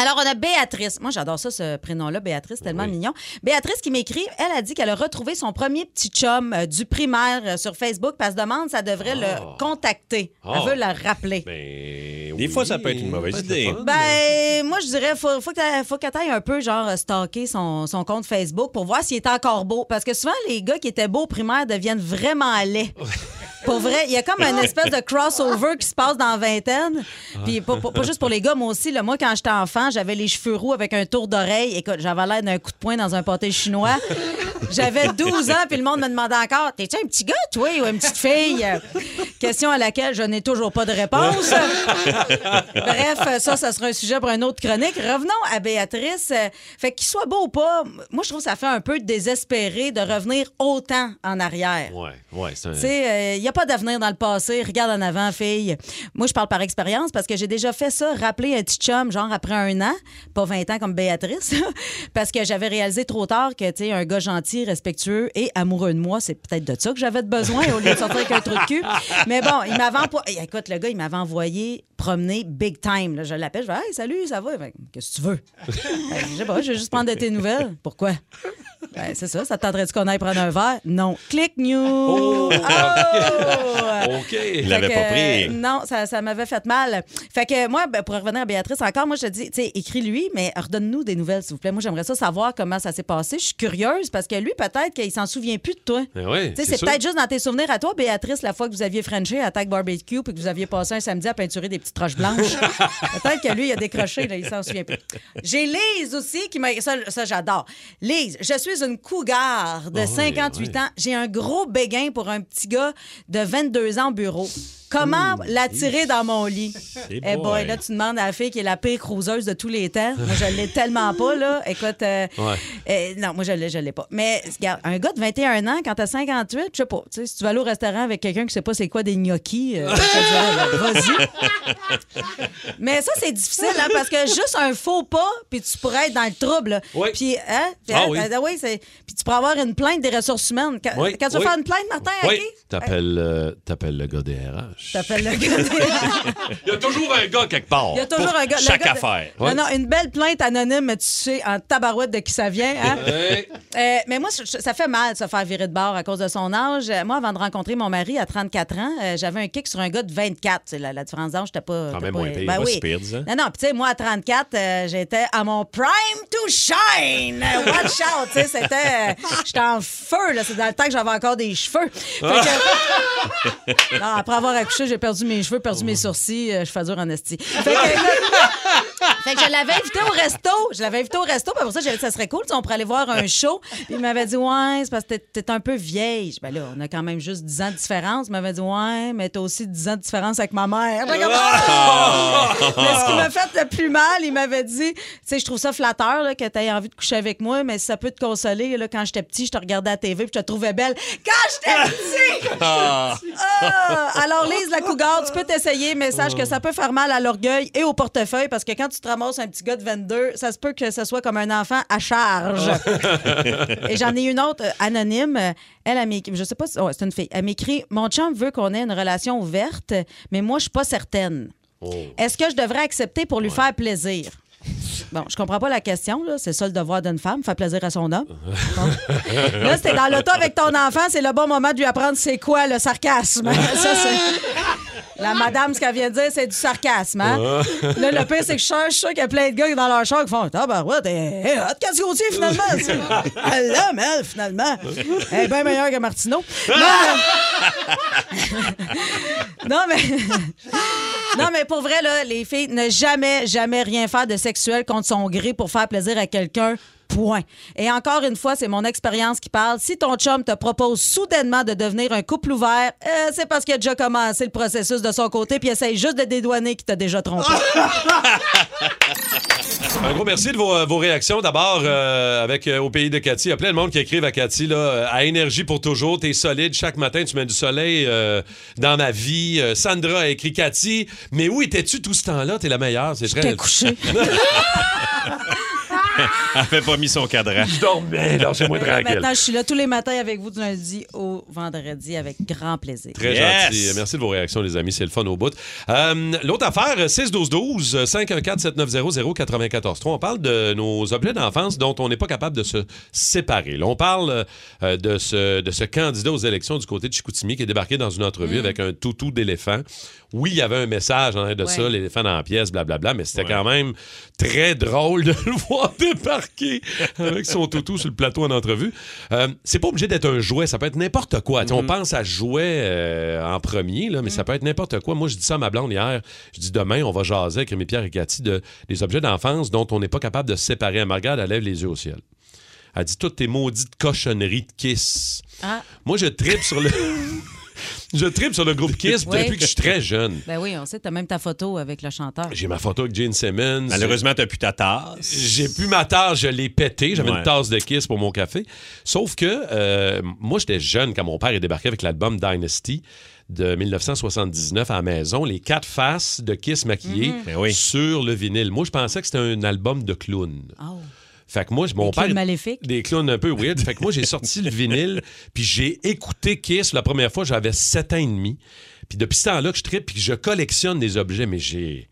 Speaker 4: Alors, on a Béatrice. Moi, j'adore ça, ce prénom-là, Béatrice, tellement
Speaker 3: Oui.
Speaker 4: mignon. Béatrice qui m'écrit, elle a dit qu'elle a retrouvé son premier petit chum euh, du primaire euh, sur Facebook. Puis elle se demande, ça devrait le contacter.
Speaker 3: Oh.
Speaker 4: Elle veut le rappeler.
Speaker 3: Ben,
Speaker 5: Des
Speaker 3: oui.
Speaker 5: fois, ça peut être une mauvaise idée.
Speaker 3: C'est le fun.
Speaker 4: Ben, moi, je dirais, faut, faut que- faut qu'elle aille un peu, genre, stalker son, son compte Facebook pour voir s'il est encore beau. Parce que souvent, les gars qui étaient beaux au primaire deviennent vraiment laids. Pour vrai, il y a comme une espèce de crossover qui se passe dans la vingtaine. Puis pas, pas- pas juste pour les gars, moi aussi. là, moi, quand j'étais enfant, j'avais les cheveux roux avec un tour d'oreille. Écoute, j'avais l'air d'un coup de poing dans un pâté chinois. J'avais 12 ans, puis le monde me demandait encore T'es-tu un petit gars, toi, ou une petite fille Question à laquelle je n'ai toujours pas de réponse. Bref, euh, ça, ça sera un sujet pour une autre chronique. Revenons à Béatrice. Euh, Fait qu'il soit beau ou pas, moi, je trouve que ça fait un peu désespéré de revenir autant en arrière.
Speaker 3: Ouais, ouais,
Speaker 5: euh,
Speaker 3: c'est un-
Speaker 4: Tu sais, il n'y a pas d'avenir dans le passé. Regarde en avant, fille. Moi, je parle par expérience parce que j'ai déjà fait ça, rappeler un petit chum, genre après un an, pas 20 ans comme Béatrice, parce que j'avais réalisé trop tard que, tu sais, un gars gentil, respectueux et amoureux de moi, c'est peut-être de ça que j'avais de besoin au lieu de sortir avec un trou de cul. Mais bon, il m'avait envoyé. Écoute, le gars, il m'avait envoyé promener big time. là. je l'appelle, je dis, hey, salut, ça va? Il fait, Qu'est-ce que tu veux? Ben, je sais pas, je vais juste prendre de tes nouvelles. Pourquoi? Ben, c'est ça, ça te tenterait-tu qu'on aille prendre un verre? Non. Click news! Oh!
Speaker 3: OK.
Speaker 5: Il l'avait
Speaker 4: Fait
Speaker 5: pas
Speaker 4: que,
Speaker 5: pris.
Speaker 4: euh, Non, ça, ça m'avait fait mal. Fait que moi, ben, pour revenir à Béatrice encore, moi, je te dis, tu sais, écris-lui, mais redonne-nous des nouvelles, s'il vous plaît. Moi, j'aimerais ça savoir comment ça s'est passé. Je suis curieuse parce que lui, peut-être qu'il s'en souvient plus de toi.
Speaker 3: Ben ouais,
Speaker 4: Tu sais,
Speaker 3: c'est
Speaker 4: c'est
Speaker 3: sûr.
Speaker 4: peut-être juste dans tes souvenirs à toi, Béatrice, la fois que vous aviez Frenché à Tag Barbecue puis que vous aviez passé un samedi à peinturer des petites roches blanches. peut-être que lui, il a décroché, là, il s'en souvient plus. J'ai Lise aussi qui m'a. Ça, ça, j'adore. Lise, je suis suis une cougar
Speaker 3: Ah
Speaker 4: de 58 ans. J'ai un gros béguin pour un petit gars de 22 ans au bureau. Comment l'attirer dans mon lit? Eh
Speaker 5: boy.
Speaker 4: boy, là, tu demandes à la fille qui est la pire cruiseuse de tous les temps. Moi, je l'ai tellement pas, là. Écoute, euh,
Speaker 3: Ouais.
Speaker 4: euh, non, moi, je l'ai, je l'ai pas. Mais, regarde, un gars de 21 ans, quand t'as 58, je sais pas, tu sais, si tu vas aller au restaurant avec quelqu'un qui sait pas c'est quoi des gnocchis, euh, je te dirais, vas-y. Mais ça, c'est difficile, hein, parce que juste un faux pas, puis tu pourrais être dans le trouble. là.
Speaker 3: Oui.
Speaker 4: Puis, hein, puis,
Speaker 3: Ah
Speaker 4: hein,
Speaker 3: oui.
Speaker 4: ah oui, c'est- puis tu pourrais avoir une plainte des ressources humaines. Quand,
Speaker 3: Oui,
Speaker 4: quand tu vas
Speaker 3: oui.
Speaker 4: faire une plainte, Martin, à
Speaker 3: Oui.
Speaker 4: qui?
Speaker 3: T'appelles euh, t'appelles le gars des RH.
Speaker 4: T'appelles le gars. des-
Speaker 5: Il y a toujours un gars quelque part.
Speaker 4: Il y a toujours un gars. le
Speaker 5: Chaque
Speaker 4: gars de-
Speaker 5: affaire.
Speaker 4: Non, non, une belle plainte anonyme, mais tu sais, en tabarouette de qui ça vient. Hein? Euh, mais moi, je- je- ça fait mal de se faire virer de bord à cause de son âge. Euh, Moi, avant de rencontrer mon mari à 34 ans, euh, j'avais un kick sur un gars de 24. C'est la, la différence d'âge, j'étais pas.
Speaker 5: Quand même
Speaker 4: pas-
Speaker 5: moins pire,
Speaker 4: ben
Speaker 5: pas
Speaker 4: oui.
Speaker 5: si pire, disons.
Speaker 4: Non, non, puis tu sais, moi, à 34, euh, j'étais à mon prime to shine. Watch out, tu sais, c'était. euh, j'étais en feu, là. C'est dans le temps que j'avais encore des cheveux. Fait que- non, après avoir accouché, j'ai perdu mes cheveux, perdu mes sourcils, euh, je fais dur en esti. Fait que, fait que je l'avais invité au resto. Je l'avais invité au resto. Puis pour ça, j'avais dit, ça serait cool, tu sais, on pourrait aller voir un show. Puis il m'avait dit, ouais, c'est parce que t'es- t'es un peu vieille. Je dis, ben là, on a quand même juste 10 ans de différence. Il m'avait dit, ouais, mais t'as aussi 10 ans de différence avec ma mère. J'étais comme, Ah! mais ce qui m'a fait le plus mal, il m'avait dit, tu sais, je trouve ça flatteur là, que t'aies envie de coucher avec moi, mais si ça peut te consoler, là, quand j'étais petit, je te regardais à la TV puis je te trouvais belle. Quand j'étais petit! Ah! Alors, Lise, la cougar, tu peux t'essayer. Message que ça peut faire mal à l'orgueil et au portefeuille parce que quand tu te ramasses un petit gars de 22, ça se peut que ce soit comme un enfant à charge. et j'en ai une autre euh, anonyme. Euh, Elle, elle m'écrit, je sais pas si ouais, c'est une fille. Elle m'écrit Mon chum veut qu'on ait une relation ouverte, mais moi, je suis pas certaine. Est-ce que je devrais accepter pour lui faire plaisir? Bon, je comprends pas la question, là. C'est ça le devoir d'une femme, faire plaisir à son homme. Bon. Là, c'était dans l'auto avec ton enfant, c'est le bon moment de lui apprendre c'est quoi le sarcasme. Ça, c'est- La madame, ce qu'elle vient de dire, c'est du sarcasme. hein. Là, le pire, c'est que je suis sûre- je suis sûr qu'il y a plein de gars dans leur char qui font Ah, ben, ouais, t'es hot, Cathy Gauthier, finalement. C'est- Elle l'aime, elle, finalement. Elle est bien meilleure que Martineau. Non, mais- non mais. Non, mais pour vrai, là, les filles, ne jamais, jamais rien faire de sexuel contre son gré pour faire plaisir à quelqu'un. Point. Et encore une fois, c'est mon expérience qui parle. Si ton chum te propose soudainement de devenir un couple ouvert, euh, c'est parce qu'il a déjà commencé le processus de son côté puis essaye juste de dédouaner qu'il t'a déjà trompé.
Speaker 3: Ah! Un gros merci de vos, euh, vos réactions. D'abord, euh, avec euh, Au pays de Cathy, il y a plein de monde qui écrivent à Cathy, là, euh, à énergie pour toujours, t'es solide, chaque matin tu mets du soleil euh, dans ma vie. Euh, Sandra a écrit Cathy, mais où étais-tu tout ce temps-là? T'es la meilleure, Ah, c'est
Speaker 4: T'es
Speaker 3: très...
Speaker 4: couché.
Speaker 5: Elle avait pas mis son cadran.
Speaker 3: Mais non, c'est moins tranquille.
Speaker 4: Maintenant, je suis là tous les matins avec vous du lundi au vendredi avec grand plaisir.
Speaker 3: Très
Speaker 5: Yes!
Speaker 3: gentil. Merci de vos réactions, les amis. C'est le fun au bout. Euh, L'autre affaire, 6-12-12, 514-7900-94. On parle de nos objets d'enfance dont on n'est pas capable de se séparer. Là, on parle euh, de, ce, de ce candidat aux élections du côté de Chicoutimi qui est débarqué dans une entrevue avec un toutou d'éléphant. Oui, il y avait un message en arrière de
Speaker 4: Ouais.
Speaker 3: ça, l'éléphant dans la pièce, blablabla, mais c'était quand même très drôle de le voir débarquer avec son toutou sur le plateau en entrevue. Euh, c'est pas obligé d'être un jouet, ça peut être n'importe quoi. Tu sais, On pense à jouet euh, en premier, là, mais ça peut être n'importe quoi. Moi, je dis ça à ma blonde hier. Je dis demain, on va jaser avec mes Pierre et Cathy de, des objets d'enfance dont on n'est pas capable de se séparer. Elle me regarde, elle lève les yeux au ciel. Elle dit toutes tes maudites cochonneries de Kiss.
Speaker 4: Ah.
Speaker 3: Moi, je tripe sur le. je tripe sur le groupe Kiss
Speaker 4: Oui.
Speaker 3: depuis que je suis très jeune.
Speaker 4: Ben oui, on sait, t'as même ta photo avec le chanteur.
Speaker 3: J'ai ma photo avec Gene Simmons.
Speaker 5: Malheureusement, t'as plus ta tasse.
Speaker 3: J'ai pu ma tasse, je l'ai pété. J'avais
Speaker 5: Ouais.
Speaker 3: une tasse de kiss pour mon café. Sauf que euh, moi, j'étais jeune quand mon père est débarqué avec l'album Dynasty de 1979 à la maison. Les quatre faces de kiss maquillées
Speaker 5: Ben oui.
Speaker 3: sur le vinyle. Moi, je pensais que c'était un album de clowns.
Speaker 4: Oh.
Speaker 3: Fait que moi, je- mon
Speaker 4: Des
Speaker 3: père.
Speaker 4: clowns maléfiques.
Speaker 3: Des clowns un peu weird. fait que moi, j'ai sorti le vinyle, puis j'ai écouté Kiss la première fois, j'avais 7 ans et demi. Puis depuis ce temps-là que je tripe, puis que je collectionne des objets, mais j'ai.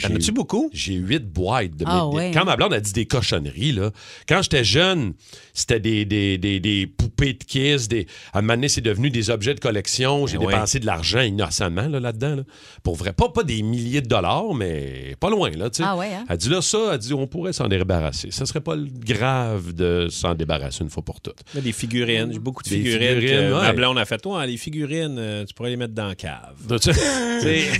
Speaker 5: T'en as-tu beaucoup?
Speaker 3: J'ai huit boîtes de mes-
Speaker 4: Ah
Speaker 3: des-
Speaker 4: ouais.
Speaker 3: Quand ma blonde a dit des cochonneries, là. Quand j'étais jeune, c'était des, des, des, des poupées de kiss. Des... À un moment donné, c'est devenu des objets de collection. J'ai
Speaker 5: Ben ouais.
Speaker 3: dépensé de l'argent innocemment là, là-dedans. là. Pour vrai. Pas, pas des milliers de dollars, mais pas loin. Là, tu sais.
Speaker 4: Ah ouais, hein?
Speaker 3: Elle dit là, ça, elle dit on pourrait s'en débarrasser. Ça serait pas le grave de s'en débarrasser une fois pour toutes.
Speaker 5: Des figurines. J'ai beaucoup de
Speaker 3: Des
Speaker 5: figurines.
Speaker 3: figurines,
Speaker 5: que
Speaker 3: ouais.
Speaker 5: Ma blonde a fait. Toi, hein, les figurines, euh, tu pourrais les mettre dans la cave.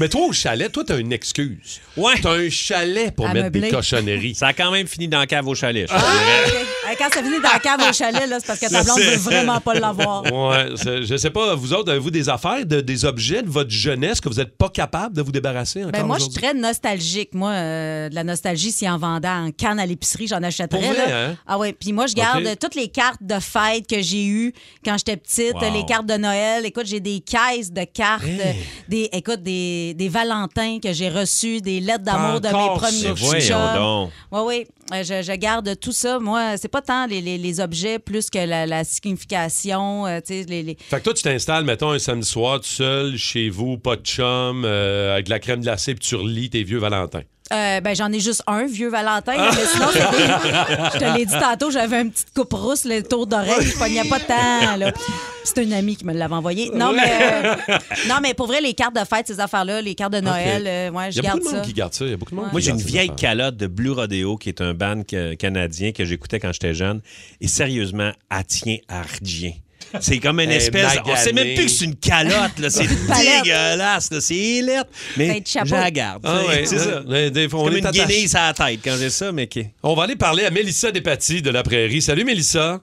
Speaker 3: mais toi, au chalet, toi, t'as une excuse.
Speaker 5: Ouais.
Speaker 3: T'as un chalet pour
Speaker 4: À
Speaker 3: mettre des
Speaker 4: meubler.
Speaker 3: cochonneries.
Speaker 5: Ça a quand même fini dans la cave au chalet. je te dirais.
Speaker 4: Ah, Hey, Quand ça finit dans la cave au chalet, là, c'est parce que ta blonde veut vraiment pas l'avoir.
Speaker 3: Ouais, c'est- je sais pas, vous autres, avez-vous des affaires, de- des objets de votre jeunesse que vous n'êtes pas capable de vous débarrasser encore
Speaker 4: Ben moi, je suis
Speaker 3: aujourd'hui?
Speaker 4: très nostalgique. Moi, euh, de la nostalgie, si en vendant en canne à l'épicerie, j'en achèterais.
Speaker 3: Pour vrai,
Speaker 4: là.
Speaker 3: hein?
Speaker 4: Ah oui, puis moi, je garde
Speaker 3: Ok.
Speaker 4: toutes les cartes de fête que j'ai eues quand j'étais petite,
Speaker 3: Wow.
Speaker 4: les cartes de Noël. Écoute, j'ai des caisses de cartes, euh, des, écoute, des, des Valentins que j'ai reçus, des lettres d'amour de mes
Speaker 3: encore
Speaker 5: Mais
Speaker 4: premiers
Speaker 5: voyons
Speaker 4: chums.
Speaker 5: donc.
Speaker 4: Oui, oui, Euh, je, je garde tout ça. Moi, c'est pas tant les, les- les objets plus que la, la signification, euh, tu sais, les- les,
Speaker 3: Fait que toi, tu t'installes, mettons, un samedi soir, tout seul, chez vous, pas de chum, euh, avec de la crème glacée, puis tu relis tes vieux Valentins.
Speaker 4: Euh, ben, j'en ai juste un, vieux Valentin. là, mais sinon, c'est des- je te l'ai dit tantôt, j'avais une petite coupe rousse, le tour d'oreille, je pognais pas tant. là. C'est une amie qui me l'avait envoyé. Non, mais, euh, non, mais pour vrai, les cartes de fête, ces affaires-là, les cartes de Noël, euh, ouais,
Speaker 3: Il y
Speaker 4: je
Speaker 3: a
Speaker 4: garde
Speaker 3: beaucoup de
Speaker 4: ça.
Speaker 3: monde qui garde ça. Il y a
Speaker 4: Hein?
Speaker 3: beaucoup de monde
Speaker 5: Moi,
Speaker 3: qui
Speaker 5: j'ai une
Speaker 3: garde ces
Speaker 5: vieille
Speaker 3: affaires.
Speaker 5: calotte de Blue Rodeo, qui est un band que- canadien que j'écoutais quand j'étais jeune. Et sérieusement, elle tient à rien. C'est comme une
Speaker 3: Elle est
Speaker 5: espèce. On sait
Speaker 3: maganée.
Speaker 5: même plus que c'est une calotte. là. C'est
Speaker 4: palette.
Speaker 5: dégueulasse. là. C'est ilette.
Speaker 4: Tête
Speaker 5: Mais
Speaker 4: de chapeau.
Speaker 5: je la garde.
Speaker 3: Ah
Speaker 5: tu sais.
Speaker 3: ouais,
Speaker 5: c'est ça.
Speaker 3: Des- des fois,
Speaker 5: C'est
Speaker 3: on
Speaker 5: comme
Speaker 3: est
Speaker 5: une
Speaker 3: attaché.
Speaker 5: guenille à la tête quand j'ai ça, mais qui.
Speaker 3: On va aller parler à Mélissa Despatie de La Prairie. Salut, Mélissa.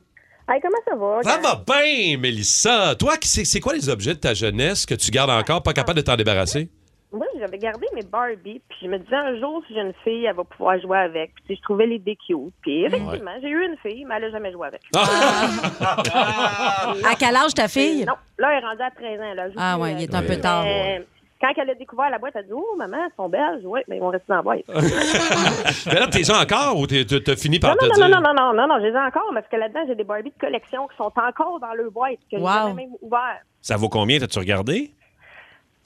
Speaker 10: Hey, comment ça va?
Speaker 3: Ça va bien, Mélissa. Toi, qui- c'est c'est quoi les objets de ta jeunesse que tu gardes encore, pas capable de t'en débarrasser?
Speaker 10: Moi, j'avais gardé mes Barbie, puis je me disais un jour, si j'ai une fille, elle va pouvoir jouer avec. Puis tu sais, je trouvais les DQ. Puis effectivement, j'ai eu une fille, mais elle n'a jamais joué avec.
Speaker 4: À quel âge ta fille?
Speaker 10: Non, là, elle est rendue à 13 ans. Là, Elle joue
Speaker 4: Ah
Speaker 10: plus,
Speaker 4: ouais,
Speaker 10: euh,
Speaker 4: il est un
Speaker 10: euh,
Speaker 4: peu tard.
Speaker 10: Quand elle a découvert la boîte, elle a dit Oh, maman, elles sont belles. Oui, mais ils vont rester dans la boîte.
Speaker 3: Mais là, t'es encore ou t'es- t'as t'as fini
Speaker 10: Non,
Speaker 3: par te
Speaker 10: non,
Speaker 3: dire?
Speaker 10: non, non, non, non, non, non, je les ai encore parce que là-dedans, j'ai des Barbie de collection qui sont encore dans leur boîte, que
Speaker 4: Wow.
Speaker 10: j'ai jamais même ouvert.
Speaker 5: Ça vaut combien? T'as-tu regardé?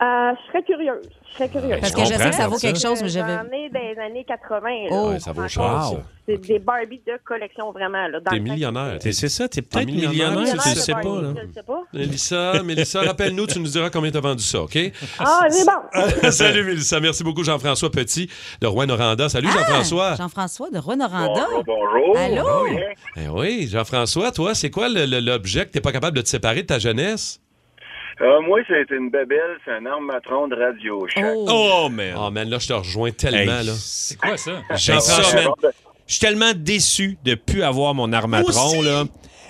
Speaker 10: Euh, je serais curieuse. Je serais curieuse.
Speaker 4: Parce
Speaker 5: Je
Speaker 4: que je sais
Speaker 5: comprends,
Speaker 4: que ça vaut
Speaker 5: ça.
Speaker 4: quelque chose, mais j'avais.
Speaker 10: J'en ai des années 80. là.
Speaker 4: Oh.
Speaker 3: Ouais, ça vaut cher,
Speaker 5: Wow.
Speaker 3: ça.
Speaker 10: C'est des Barbie de collection, vraiment. Là, dans
Speaker 3: T'es
Speaker 10: le temps que-
Speaker 3: millionnaire.
Speaker 5: T'es- C'est ça. T'es peut-être
Speaker 3: millionnaire,
Speaker 5: millionnaire,
Speaker 3: millionnaire
Speaker 5: tu le
Speaker 10: de
Speaker 5: sais pas.
Speaker 10: Barbie,
Speaker 5: là.
Speaker 10: Je le sais pas.
Speaker 3: Mélissa, Mélissa, rappelle-nous, tu nous diras combien t'as vendu ça, OK?
Speaker 10: Ah, c'est
Speaker 8: Euh,
Speaker 10: bon.
Speaker 3: Salut, Mélissa. Merci beaucoup, Jean-François Petit de Rouen-Noranda. Salut,
Speaker 4: Ah,
Speaker 3: Jean-François.
Speaker 4: Jean-François de Ronoranda.
Speaker 8: bonjour.
Speaker 4: Allô?
Speaker 3: Eh oui, Jean-François, toi, c'est quoi le- le- l'objet que t'es pas capable de te séparer de ta jeunesse?
Speaker 8: Euh, moi, c'est une bébelle, c'est un armatron de radio. Shack.
Speaker 4: Oh.
Speaker 5: Oh, man.
Speaker 3: Oh, man, là, je te rejoins
Speaker 5: Hey,
Speaker 3: tellement, là.
Speaker 11: C'est quoi ça?
Speaker 3: J'ai
Speaker 5: ça,
Speaker 3: ça,
Speaker 5: man.
Speaker 3: man.
Speaker 5: Je suis tellement déçu de plus avoir mon armatron là.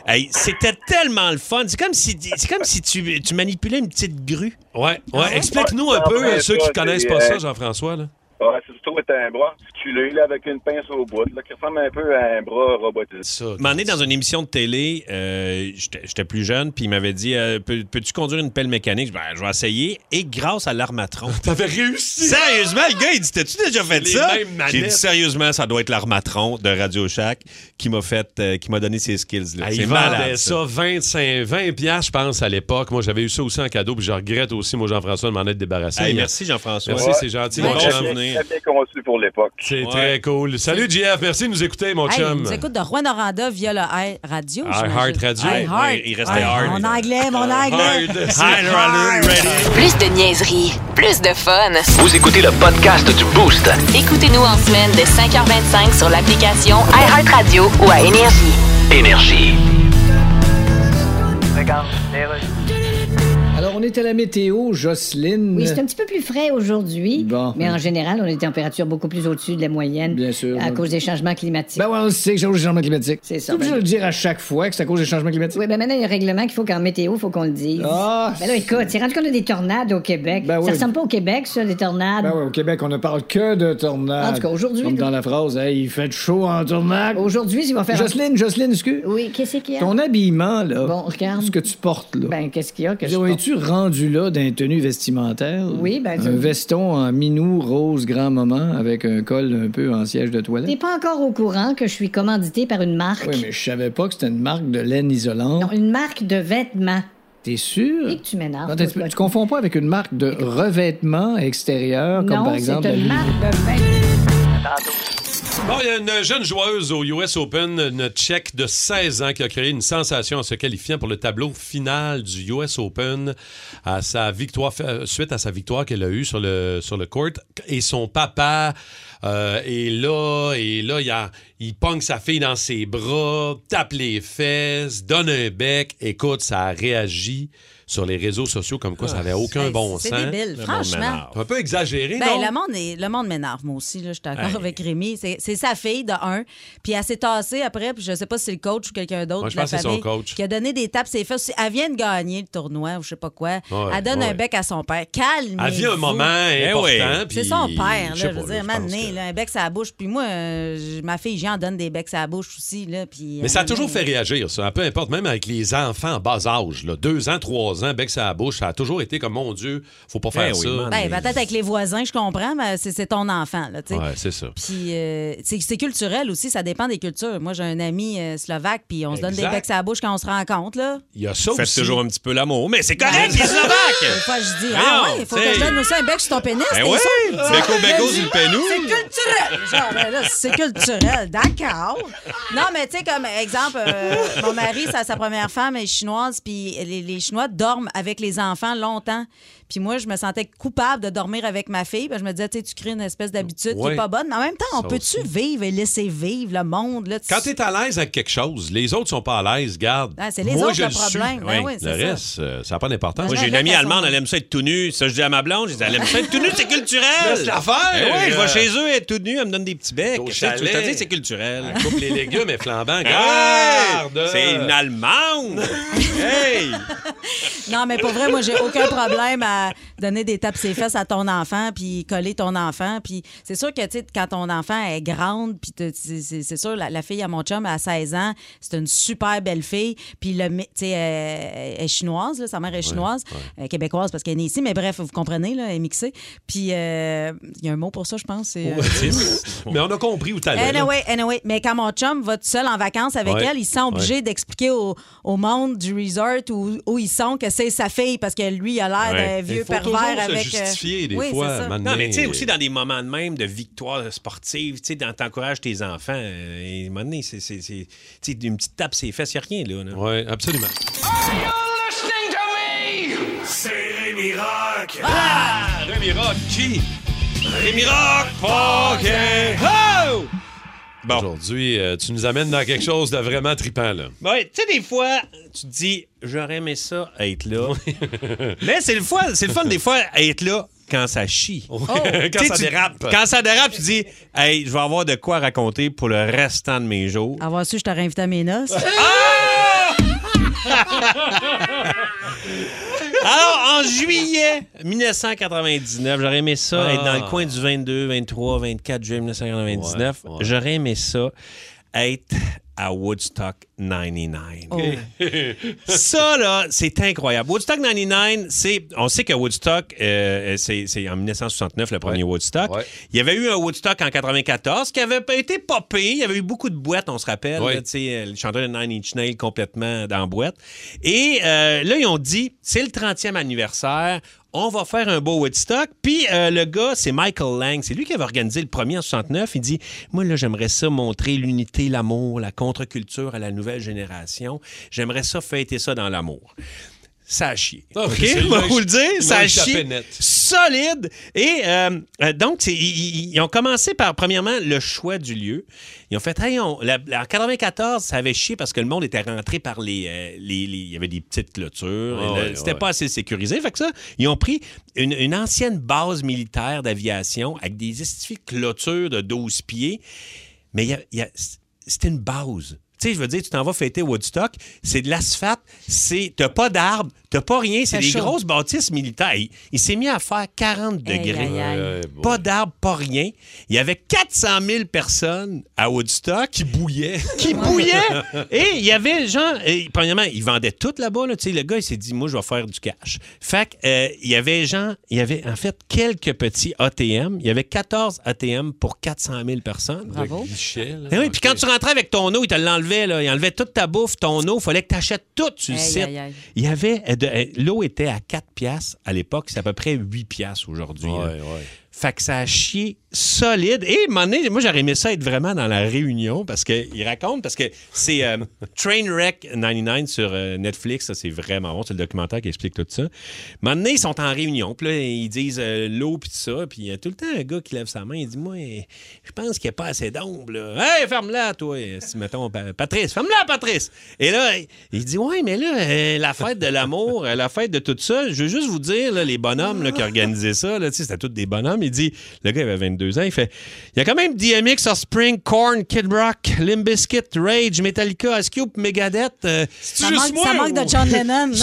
Speaker 5: Hey, c'était tellement le fun. C'est comme si c'est comme si tu, tu manipulais une petite grue.
Speaker 3: Ouais,
Speaker 8: Ah,
Speaker 3: ouais. Explique-nous un peu, euh, ceux qui connaissent pas ça, Jean-François, là.
Speaker 8: Ouais, c'est surtout c'est un bras articulé là, avec une pince au bout, là, qui ressemble un peu à un bras robotisé.
Speaker 3: Ça,
Speaker 5: M'en est dans une émission de télé, euh, j'étais j'étais plus jeune, puis il m'avait dit euh, Peux- Peux-tu conduire une pelle mécanique Je dis, Ben, Je vais essayer. Et grâce à l'armatron.
Speaker 3: T'avais réussi!
Speaker 5: Sérieusement, le gars, il dit T'as-tu déjà fait
Speaker 3: Les
Speaker 5: ça
Speaker 3: mêmes manettes.
Speaker 5: J'ai dit Sérieusement, ça doit être l'armatron de Radio Shack qui m'a fait, euh, qui m'a donné ces skills-là.
Speaker 3: Ah,
Speaker 5: C'est
Speaker 3: il vendait
Speaker 5: malade. ça.
Speaker 3: ça 25, 20 piastres, je pense, à l'époque. Moi, j'avais eu ça aussi en cadeau, puis je regrette aussi, moi, Jean-François, de m'en être débarrassé.
Speaker 5: Hey,
Speaker 3: Mais-
Speaker 5: merci, Jean-François.
Speaker 3: Merci, c'est gentil,
Speaker 5: Bon
Speaker 3: mon
Speaker 5: chum.
Speaker 3: chum.
Speaker 5: souvenir.
Speaker 8: Très bien conçu pour l'époque.
Speaker 3: C'est
Speaker 5: Ouais.
Speaker 3: très cool. Salut, JF. Merci de nous écouter, mon
Speaker 4: Hey, il
Speaker 3: chum.
Speaker 4: nous écoute de Rouen-Noranda via le Air Radio.
Speaker 3: Air
Speaker 4: j'imagine.
Speaker 3: Heart Radio.
Speaker 4: Air Heart.
Speaker 5: Ouais, il restait
Speaker 4: Air
Speaker 5: Heart.
Speaker 4: Mon anglais, mon
Speaker 3: Ah,
Speaker 4: anglais.
Speaker 5: Hi, Roland, ready?
Speaker 1: Plus de niaiserie, plus de fun.
Speaker 8: Vous écoutez le podcast du Boost.
Speaker 1: Écoutez-nous en semaine de 5h25 sur l'application iHeartRadio ou à Énergie.
Speaker 8: Énergie.
Speaker 2: Alors, on est à la météo, Jocelyne.
Speaker 6: Oui, c'est un petit peu plus frais aujourd'hui,
Speaker 2: Bon.
Speaker 6: mais en général, on a des températures beaucoup plus au-dessus de la moyenne
Speaker 2: Bien sûr.
Speaker 6: à cause des changements climatiques.
Speaker 2: Ben ouais, on le sait que c'est à cause du changement climatique.
Speaker 6: C'est ça,
Speaker 2: T'es obligé
Speaker 6: ben-
Speaker 2: de le dire à chaque fois que c'est à cause des changements climatiques.
Speaker 6: Oui, ben maintenant, il y a un règlement qu'il faut qu'en météo, il faut qu'on le dise.
Speaker 2: Ah!
Speaker 6: Ben là, écoute, c'est rendu qu'on a des tornades au Québec.
Speaker 2: Ben oui.
Speaker 6: Ça ressemble pas au Québec, ça, des tornades.
Speaker 2: Ben ouais, au Québec, on ne parle que de tornades.
Speaker 6: En tout cas, aujourd'hui-
Speaker 2: Comme dans la phrase, Hey, il fait chaud en tornade.
Speaker 6: Aujourd'hui, ils vont faire... un-
Speaker 2: Jocelyne, Jocelyne, excuse.
Speaker 6: Oui, qu'est-ce qu'il y a?
Speaker 2: Ton habillement, là.
Speaker 6: Bon, regarde.
Speaker 2: Ce que tu portes, là.
Speaker 6: Ben, qu'est-ce qu'il y a que je porte?
Speaker 2: Es-tu rendu là d'un tenue vestimentaire?
Speaker 6: Oui, ben,
Speaker 2: Un
Speaker 6: je-
Speaker 2: veston en minou rose grand-maman avec un col un peu en siège de
Speaker 6: T'es
Speaker 2: toilette.
Speaker 6: pas encore au courant que je suis commandité par une marque.
Speaker 2: Oui, mais je savais pas que c'était une marque de laine isolante.
Speaker 6: Non, une marque de vêtements.
Speaker 2: T'es sûr?
Speaker 6: Et que tu m'énerves.
Speaker 2: Non, t'as- tu, tu confonds pas avec une marque de revêtement extérieur, comme
Speaker 6: Non,
Speaker 2: par
Speaker 6: c'est
Speaker 2: exemple la
Speaker 6: une
Speaker 2: Louis-
Speaker 6: marque de vêtements.
Speaker 3: Bon, il y a une jeune joueuse au US Open, une Tchèque de 16 ans, qui a créé une sensation en se qualifiant pour le tableau final du US Open à sa victoire, euh, suite à sa victoire qu'elle a eue sur le, sur le court. Et son papa euh, est là, et là, il, a, il pogne sa fille dans ses bras, tape les fesses, donne un bec. Écoute, ça a réagi sur les réseaux sociaux comme quoi ça n'avait aucun
Speaker 4: Ah. Hey,
Speaker 3: bon
Speaker 4: c'est
Speaker 3: sens.
Speaker 4: débile,
Speaker 3: Le monde
Speaker 4: franchement.
Speaker 3: m'énerve. Un peu exagéré,
Speaker 4: Ben,
Speaker 3: non?
Speaker 4: le monde est- le monde m'énerve, moi aussi. Là, je suis d'accord
Speaker 3: Hey.
Speaker 4: avec Rémi. C'est c'est sa fille, de un. Puis elle s'est tassée après. Puis je sais pas si c'est le coach ou quelqu'un d'autre.
Speaker 3: Moi, je
Speaker 4: de la
Speaker 3: pense que c'est son
Speaker 4: famille
Speaker 3: coach.
Speaker 4: Qui a donné des tapes à ses fesses. Elle vient de gagner le tournoi ou je sais pas quoi. elle donne
Speaker 3: ouais.
Speaker 4: un bec à son père. Calme.
Speaker 3: Elle Ah, vit un moment important.
Speaker 4: C'est
Speaker 3: puis
Speaker 4: son père, là,
Speaker 3: je
Speaker 4: je
Speaker 3: sais pas,
Speaker 4: veux dire,
Speaker 3: là, je
Speaker 4: mané, là, un bec à la bouche. Puis moi, euh, j- ma fille, j'en donne des becs à la bouche aussi, là. Puis,
Speaker 3: Mais ça a
Speaker 4: euh,
Speaker 3: toujours fait réagir, ça. Peu importe, même avec les enfants en bas âge, là, deux ans, trois ans, bec ça la bouche, ça a toujours été comme mon Dieu, faut pas faire
Speaker 4: Ben oui,
Speaker 3: ça.
Speaker 4: Ben, peut-être avec les voisins, je comprends, mais c'est c'est ton enfant, là, tu sais.
Speaker 3: Ouais, c'est ça.
Speaker 4: Puis euh, c'est c'est culturel aussi, ça dépend des cultures. Moi, j'ai un ami euh, slovaque, puis on se donne des
Speaker 5: Exact.
Speaker 4: becs à la bouche quand on se rencontre, là.
Speaker 3: Il y a ça
Speaker 5: Faites
Speaker 3: aussi.
Speaker 5: toujours un petit peu l'amour. Mais c'est correct,
Speaker 4: Ben,
Speaker 5: les Slovaques!
Speaker 4: Des fois, je dis,
Speaker 5: Voyons,
Speaker 4: ah ouais, il faut que je
Speaker 5: t'sais.
Speaker 4: donne aussi un bec sur ton pénis.
Speaker 5: Ben
Speaker 4: t'es
Speaker 5: ouais,
Speaker 4: sûr?
Speaker 5: béco,
Speaker 4: Ah,
Speaker 5: béco
Speaker 4: je
Speaker 5: sur le
Speaker 4: dis,
Speaker 5: pénis.
Speaker 4: C'est culturel. Genre, ben là, c'est culturel, d'accord. Non, mais tu sais, comme exemple, euh, mon mari, sa, sa première femme est chinoise, puis les, les Chinois dorment avec les enfants longtemps. Puis moi, je me sentais coupable de dormir avec ma fille. Ben, je me disais, tu sais, tu crées une espèce d'habitude qui
Speaker 3: Ouais.
Speaker 4: est pas bonne. Mais en même temps, on
Speaker 3: Ça
Speaker 4: peut-tu
Speaker 3: aussi.
Speaker 4: vivre et laisser vivre le monde? Là, tu-
Speaker 3: Quand t'es à l'aise avec quelque chose, les autres sont pas à l'aise, garde.
Speaker 4: Ah, c'est les
Speaker 3: Moi,
Speaker 4: autres
Speaker 3: je
Speaker 4: le
Speaker 3: le
Speaker 4: problème.
Speaker 3: suis.
Speaker 4: Ben oui, c'est
Speaker 3: le
Speaker 4: ça.
Speaker 3: reste, euh, ça n'a pas d'importance.
Speaker 5: Moi, j'ai une amie allemande, elle aime ça être tout nu. Ça, je dis à ma blonde, je dis, elle aime ça être tout nu, c'est culturel.
Speaker 3: Laisse la faire.
Speaker 5: Ben oui, je vais
Speaker 3: Euh,
Speaker 5: chez eux être tout nu, elle me donne des petits becs.
Speaker 3: Au
Speaker 5: Je sais, tu veux
Speaker 3: chalet.
Speaker 5: te dire, c'est culturel.
Speaker 3: Elle coupe les légumes et flambant.
Speaker 5: Ah!
Speaker 3: Garde!
Speaker 5: C'est une allemande! hey!
Speaker 4: Non, mais pour vrai, moi, j'ai aucun problème à donner des tapes ses fesses à ton enfant, puis coller ton enfant. Puis c'est sûr que, tu sais, quand ton enfant est grande, puis te- c'est- c'est c'est sûr, la, la fille à mon chum, à 16 ans, c'est une super belle fille. Puis, le mé- tu sais, elle, elle est chinoise, là, sa mère est chinoise, euh, québécoise parce qu'elle est née ici, mais bref, vous comprenez, là, elle est mixée. Puis, euh, il y a un mot pour ça, je pense. c'est, euh,
Speaker 3: Mais on a compris où t'allais. là.
Speaker 4: Anyway, anyway, mais quand mon chum va tout seul en vacances avec
Speaker 3: Ouais.
Speaker 4: elle, il se sent obligé
Speaker 3: Ouais.
Speaker 4: d'expliquer au, au monde du resort où, où ils sont que c'est sa fille parce que lui, il a l'air
Speaker 5: Ouais.
Speaker 4: d'un vieux
Speaker 5: Il faut
Speaker 4: pervers
Speaker 5: toujours se
Speaker 4: avec. euh,
Speaker 5: justifier
Speaker 3: des
Speaker 4: oui,
Speaker 3: fois,
Speaker 4: c'est ça.
Speaker 3: maintenant.
Speaker 5: Non, mais tu sais,
Speaker 3: Mais-
Speaker 5: aussi dans des moments de même de victoire sportive, tu sais, dans- t'encourages tes enfants. euh, Et à un moment donné, c'est. c'est- c'est- Tu sais, une petite tape ses fesses, il n'y a rien, là.
Speaker 3: Oui, absolument.
Speaker 9: C'est Rémi Rock!
Speaker 3: Ah! Rémi Rock qui?
Speaker 5: Rémi Rock Pocket! Oh!
Speaker 3: Aujourd'hui, euh, tu nous amènes dans quelque chose de vraiment tripant, là.
Speaker 5: Ouais, tu sais, des fois, tu te dis, j'aurais aimé ça être là. Mais c'est le fun, c'est le fun des fois être là quand ça chie. Oh.
Speaker 3: Quand
Speaker 5: Tu sais,
Speaker 3: ça
Speaker 5: tu-
Speaker 3: dérape.
Speaker 5: Quand ça dérape, tu dis, hey, je vais avoir de quoi raconter pour le restant de mes jours.
Speaker 4: Avoir su, Ah, je t'aurais invité à mes noces.
Speaker 5: Alors, en juillet 1999, j'aurais aimé ça
Speaker 3: Ah.
Speaker 5: être dans le coin du 22, 23, 24 juillet 1999.
Speaker 3: Ouais, ouais.
Speaker 5: J'aurais aimé ça être à Woodstock 99.
Speaker 4: Oh.
Speaker 5: Ça, là, c'est incroyable. Woodstock 99, c'est, on sait que Woodstock, euh, c'est, c'est en 1969, le premier Woodstock.
Speaker 3: Ouais.
Speaker 5: Il y avait eu un Woodstock en 94 qui avait pas été popé. Il y avait eu beaucoup de boîtes, on se rappelle.
Speaker 3: Ouais.
Speaker 5: là, tu sais, euh, le chanteur de Nine Inch Nails complètement dans la boîte. Et euh, là, ils ont dit, c'est le 30e anniversaire. On va faire un beau Woodstock. Puis euh, le gars, c'est Michael Lang. C'est lui qui avait organisé le premier en 69. Il dit, moi, là, j'aimerais ça montrer l'unité, l'amour, la contre-culture à la nouvelle génération. J'aimerais ça fêter ça dans l'amour ça a chié.
Speaker 3: Ah,
Speaker 5: OK?
Speaker 3: c'est-
Speaker 5: On va vous le dire,
Speaker 3: ils
Speaker 5: ça
Speaker 3: l'ont
Speaker 5: a
Speaker 3: échappé
Speaker 5: chié.
Speaker 3: net.
Speaker 5: Solide. Et euh, euh, donc, c'est- ils, ils- ils ont commencé par, premièrement, le choix du lieu. Ils ont fait, hey, on- la- la- en 94, ça avait chié parce que le monde était rentré par les. euh, les- les- il y avait des petites clôtures.
Speaker 3: Ah
Speaker 5: Et le-
Speaker 3: ouais,
Speaker 5: C'était
Speaker 3: ouais.
Speaker 5: pas assez sécurisé. Fait que ça, ils ont pris une, une ancienne base militaire d'aviation avec des estifiées clôtures de 12 pieds. Mais il y a- il y a- c'était une base. Tu sais, je veux dire, tu t'en vas fêter Woodstock, c'est de l'asphalte, c'est t'as pas d'arbres, t'as pas rien, c'est
Speaker 4: Fait
Speaker 5: des
Speaker 4: chaud.
Speaker 5: grosses bâtisses militaires. Il, il s'est mis à faire 40
Speaker 4: Aïe,
Speaker 5: degrés.
Speaker 4: aïe, aïe.
Speaker 3: Euh, bon.
Speaker 5: Pas d'arbres, pas rien. Il y avait 400 000 personnes à Woodstock qui bouillaient. qui bouillaient. Et il y avait, genre, et premièrement, ils vendaient tout là-bas. là. Tu sais, le gars, il s'est dit, moi, je vais faire du cash. Fait que, euh, il y avait, genre, il y avait en fait quelques petits ATM. Il y avait 14 ATM pour 400 000 personnes.
Speaker 4: Bravo.
Speaker 3: Michel.
Speaker 5: Eh oui, puis quand tu rentrais avec ton eau, il te l'enlevait, là. Il enlevait toute ta bouffe, ton eau. Il fallait que tu achètes tout sur le
Speaker 4: Aïe,
Speaker 5: site.
Speaker 4: aïe, aïe.
Speaker 5: Il y eh, avait... de- euh, L'eau était à 4 piastres à l'époque. C'est à peu près 8 piastres aujourd'hui. là.
Speaker 3: Ouais, ouais.
Speaker 5: Fait que ça a chié solide. Et à un moment donné, moi, j'aurais aimé ça être vraiment dans la réunion parce qu'il raconte, parce que c'est euh, Trainwreck 99 sur euh, Netflix, ça, c'est vraiment bon. C'est le documentaire qui explique tout ça. À un moment donné, ils sont en réunion, puis là, ils disent euh, l'eau, puis tout ça. Puis il y a tout le temps un gars qui lève sa main, il dit Moi, je pense qu'il n'y a pas assez d'ombre. là. Hey, ferme-la, toi. Si, mettons, Pa- Patrice, ferme-la, Patrice. Et là, il dit Ouais, mais là, euh, la fête de l'amour, euh, la fête de tout ça, je veux juste vous dire, là, les bonhommes là, qui organisaient ça, là, tu sais, c'était tous des bonhommes. Il dit Le gars, il avait 22 ans. Il fait Il y a quand même DMX, Offspring, Korn, Kid Rock, Limbiskit, Rage, Metallica, Ice Cube, Megadeth. euh,
Speaker 4: Ça
Speaker 5: juste
Speaker 4: manque,
Speaker 5: moi
Speaker 4: ça
Speaker 5: ou-
Speaker 4: manque de John Lennon. non?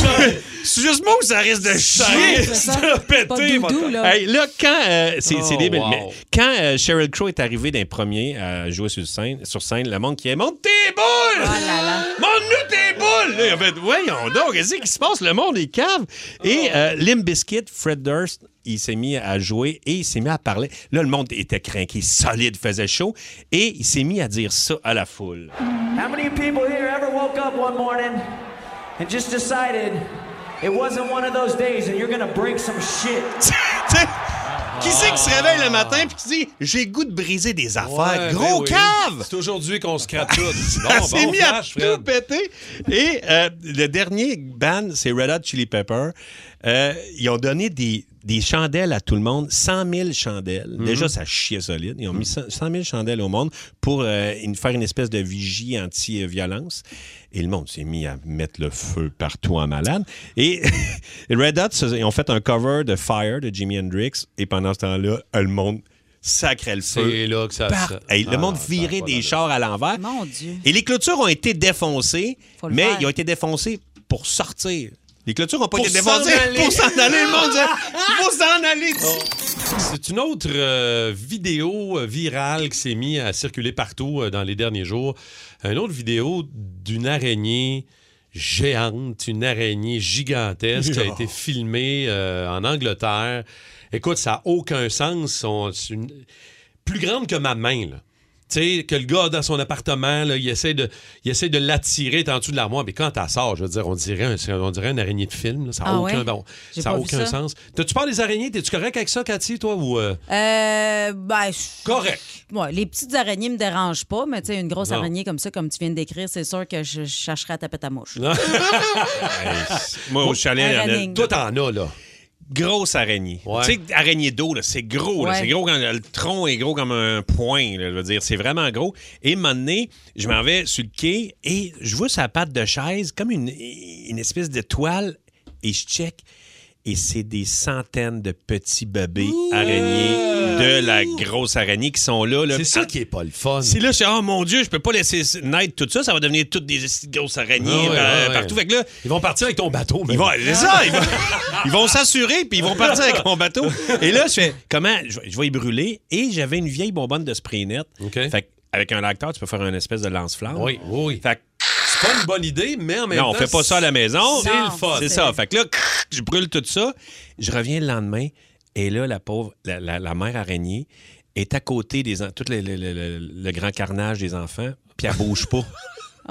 Speaker 5: c'est juste moi ou ça risque de chier?
Speaker 4: c'est ça.
Speaker 5: Ça a pété,
Speaker 4: Pas de doudou,
Speaker 5: votre-
Speaker 4: là.
Speaker 5: Hey, là, quand. euh, c'est c'est
Speaker 11: Oh,
Speaker 5: débile,
Speaker 11: wow.
Speaker 5: mais quand euh, Sheryl Crow est arrivée d'un premier à jouer sur scène, sur scène le monde qui est Monte tes boules!
Speaker 4: Oh
Speaker 5: Monte-nous tes boules! Là, en fait, voyons donc, qu'est-ce qui se passe? Le monde est cave. Et euh, Limp Bizkit, Fred Durst, il s'est mis à jouer et il s'est mis à parler. Là, le monde était craqué, solide, faisait chaud. Et il s'est mis à dire ça à la foule.
Speaker 12: How many people here ever woke up one morning and just decided it wasn't one of those days and you're gonna break some shit?
Speaker 5: Qui c'est qui se réveille le matin puis qui dit J'ai goût de briser des affaires.
Speaker 3: Ouais,
Speaker 5: Gros
Speaker 3: ben oui.
Speaker 5: cave!
Speaker 3: C'est aujourd'hui qu'on se crate tout. Bon,
Speaker 5: Ça s'est
Speaker 3: bon
Speaker 5: mis
Speaker 3: flash,
Speaker 5: à
Speaker 3: Fred.
Speaker 5: tout péter. Et euh, le dernier band, c'est Red Hot Chili Pepper. Euh, ils ont donné des, des chandelles à tout le monde, 100 000 chandelles.
Speaker 3: Mm-hmm.
Speaker 11: Mhm.
Speaker 5: Déjà, ça chiait solide. Ils ont mis 100 000 chandelles au monde pour euh, une- faire une espèce de vigie anti-violence. Et le monde s'est mis à mettre le feu partout en malade. Et Red Hot, se- ils ont fait un cover de Fire de Jimi Hendrix. Et pendant ce temps-là, le monde sacrait le feu.
Speaker 3: C'est là que ça-
Speaker 5: Partout.
Speaker 3: ça-
Speaker 5: Hey, le
Speaker 3: Ah,
Speaker 5: monde
Speaker 3: ça a
Speaker 5: virait
Speaker 3: pas
Speaker 5: des
Speaker 3: d'allure.
Speaker 5: chars à l'envers.
Speaker 4: Mon Dieu.
Speaker 5: Et les clôtures ont été défoncées,
Speaker 4: Faut le
Speaker 5: mais
Speaker 4: faire.
Speaker 5: ils ont été défoncées pour sortir. Les clôtures n'ont pas
Speaker 11: Pour
Speaker 5: été défoncées
Speaker 11: s'en aller.
Speaker 5: pour s'en aller. Le monde disait, faut s'en aller.
Speaker 3: C'est une autre euh, vidéo euh, virale qui s'est mise à circuler partout euh, dans les derniers jours. Une autre vidéo d'une araignée géante, une araignée gigantesque qui a
Speaker 11: Oh.
Speaker 3: été filmée euh, en Angleterre. Écoute, ça n'a aucun sens. On- c'est une- Plus grande que ma main, là. Tu sais, que le gars dans son appartement, là, il essaie de il essaie de l'attirer elle est en dessous de l'armoire. Mais quand elle sort, je veux dire, on dirait, un- on dirait une araignée de film. là. Ça n'a
Speaker 4: Ah
Speaker 3: aucun,
Speaker 4: ouais?
Speaker 3: bon,
Speaker 4: J'ai
Speaker 3: ça a
Speaker 4: pas vu
Speaker 3: aucun
Speaker 4: ça.
Speaker 3: sens. T'as-tu peur des araignées? T'es-tu correct avec ça, Cathy, toi? Ou, euh,
Speaker 4: Euh, ben, je-
Speaker 3: Correct.
Speaker 4: Ouais, les petites araignées me dérangent pas, mais tu sais, une grosse
Speaker 3: Non.
Speaker 4: araignée comme ça, comme tu viens de décrire, c'est sûr que je je chercherais à taper ta mouche.
Speaker 5: Moi, au chalet,
Speaker 4: Un
Speaker 5: il y en a-
Speaker 4: running.
Speaker 5: toi,
Speaker 3: t'en as, là.
Speaker 5: Grosse araignée. Tu sais, araignée d'eau, là, c'est gros. là.
Speaker 11: Ouais.
Speaker 5: C'est gros quand le tronc est gros comme un point. là, je veux dire, c'est vraiment gros. Et un moment donné, je m'en vais sur le quai et je vois sa patte de chaise comme une, une espèce de toile et je check. Et c'est des centaines de petits bébés araignées de la grosse araignée qui sont là. là.
Speaker 3: C'est ça qui est pas le fun.
Speaker 5: C'est là, c'est oh mon Dieu, je peux pas laisser naître tout ça, ça va devenir toutes des grosses araignées
Speaker 3: Ah ouais,
Speaker 5: euh,
Speaker 3: ouais, ouais.
Speaker 5: partout. Fait que là,
Speaker 3: ils vont partir avec ton bateau.
Speaker 5: Ils
Speaker 3: même.
Speaker 5: vont, c'est ça, ils vont, ils vont s'assurer, puis ils vont partir avec mon bateau. Et là, je fais comment je, vais- je vais y brûler. Et j'avais une vieille bonbonne de spray net. Fait que, avec un lacteur, tu peux faire une espèce de lance-flamme.
Speaker 3: Oui, oui.
Speaker 5: Fait que,
Speaker 3: c'est pas une bonne idée, mais en même
Speaker 5: non, on
Speaker 3: temps,
Speaker 5: fait pas ça à la maison.
Speaker 3: C'est le fun.
Speaker 5: C'est ça. Fait que là, crrr, je brûle tout ça. Je reviens le lendemain et là, la pauvre, la, la- la mère araignée est à côté des en- tout le, le- le- le- le grand carnage des enfants, puis elle bouge pas.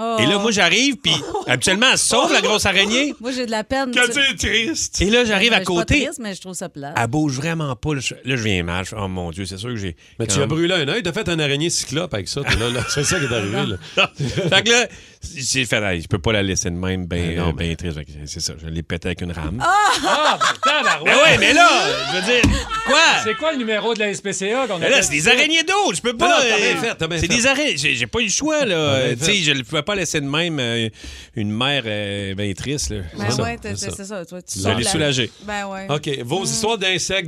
Speaker 4: Oh.
Speaker 5: Et là, moi, j'arrive, puis habituellement, elle sauve la grosse araignée.
Speaker 4: Moi, j'ai de la peine. tu-
Speaker 5: triste. Et là, j'arrive
Speaker 4: Ben,
Speaker 5: à
Speaker 4: je suis pas
Speaker 5: côté.
Speaker 4: triste, mais je trouve ça plat.
Speaker 5: Elle bouge vraiment pas. Là, je, là, je viens mal. Je fais, oh mon Dieu, c'est sûr que j'ai.
Speaker 3: Mais tu as brûlé un œil, t'as fait un araignée cyclope avec ça. t'es là, là. C'est ça qui est arrivé. là.
Speaker 5: fait que là, j'ai fait, Hey, je peux pas la laisser de même, ben,
Speaker 3: non,
Speaker 5: euh, ben triste. Fait que C'est ça, je l'ai pété avec une rame.
Speaker 11: Ah, putain, la
Speaker 5: Mais ouais, mais là, je veux dire, quoi?
Speaker 11: C'est quoi le numéro de la SPCA qu'on a
Speaker 5: Mais là, c'est des araignées d'eau, je peux
Speaker 11: Non,
Speaker 5: pas.
Speaker 11: non, t'as bien
Speaker 5: euh,
Speaker 11: fait, t'as bien
Speaker 5: C'est
Speaker 11: fait.
Speaker 5: des araignées, j'ai j'ai pas eu le choix,
Speaker 11: T'as
Speaker 5: là. Euh,
Speaker 11: bien
Speaker 5: Tu sais, je ne pouvais pas laisser de même euh, une mère euh, ben triste, là.
Speaker 4: Ben
Speaker 5: C'est ça,
Speaker 4: ouais, t'as-
Speaker 5: c'est ça.
Speaker 4: c'est ça, toi, tu
Speaker 5: Je
Speaker 4: sors
Speaker 5: l'ai
Speaker 4: la-
Speaker 5: soulagé.
Speaker 4: Ben ouais.
Speaker 3: OK, vos histoires d'insectes,
Speaker 4: Je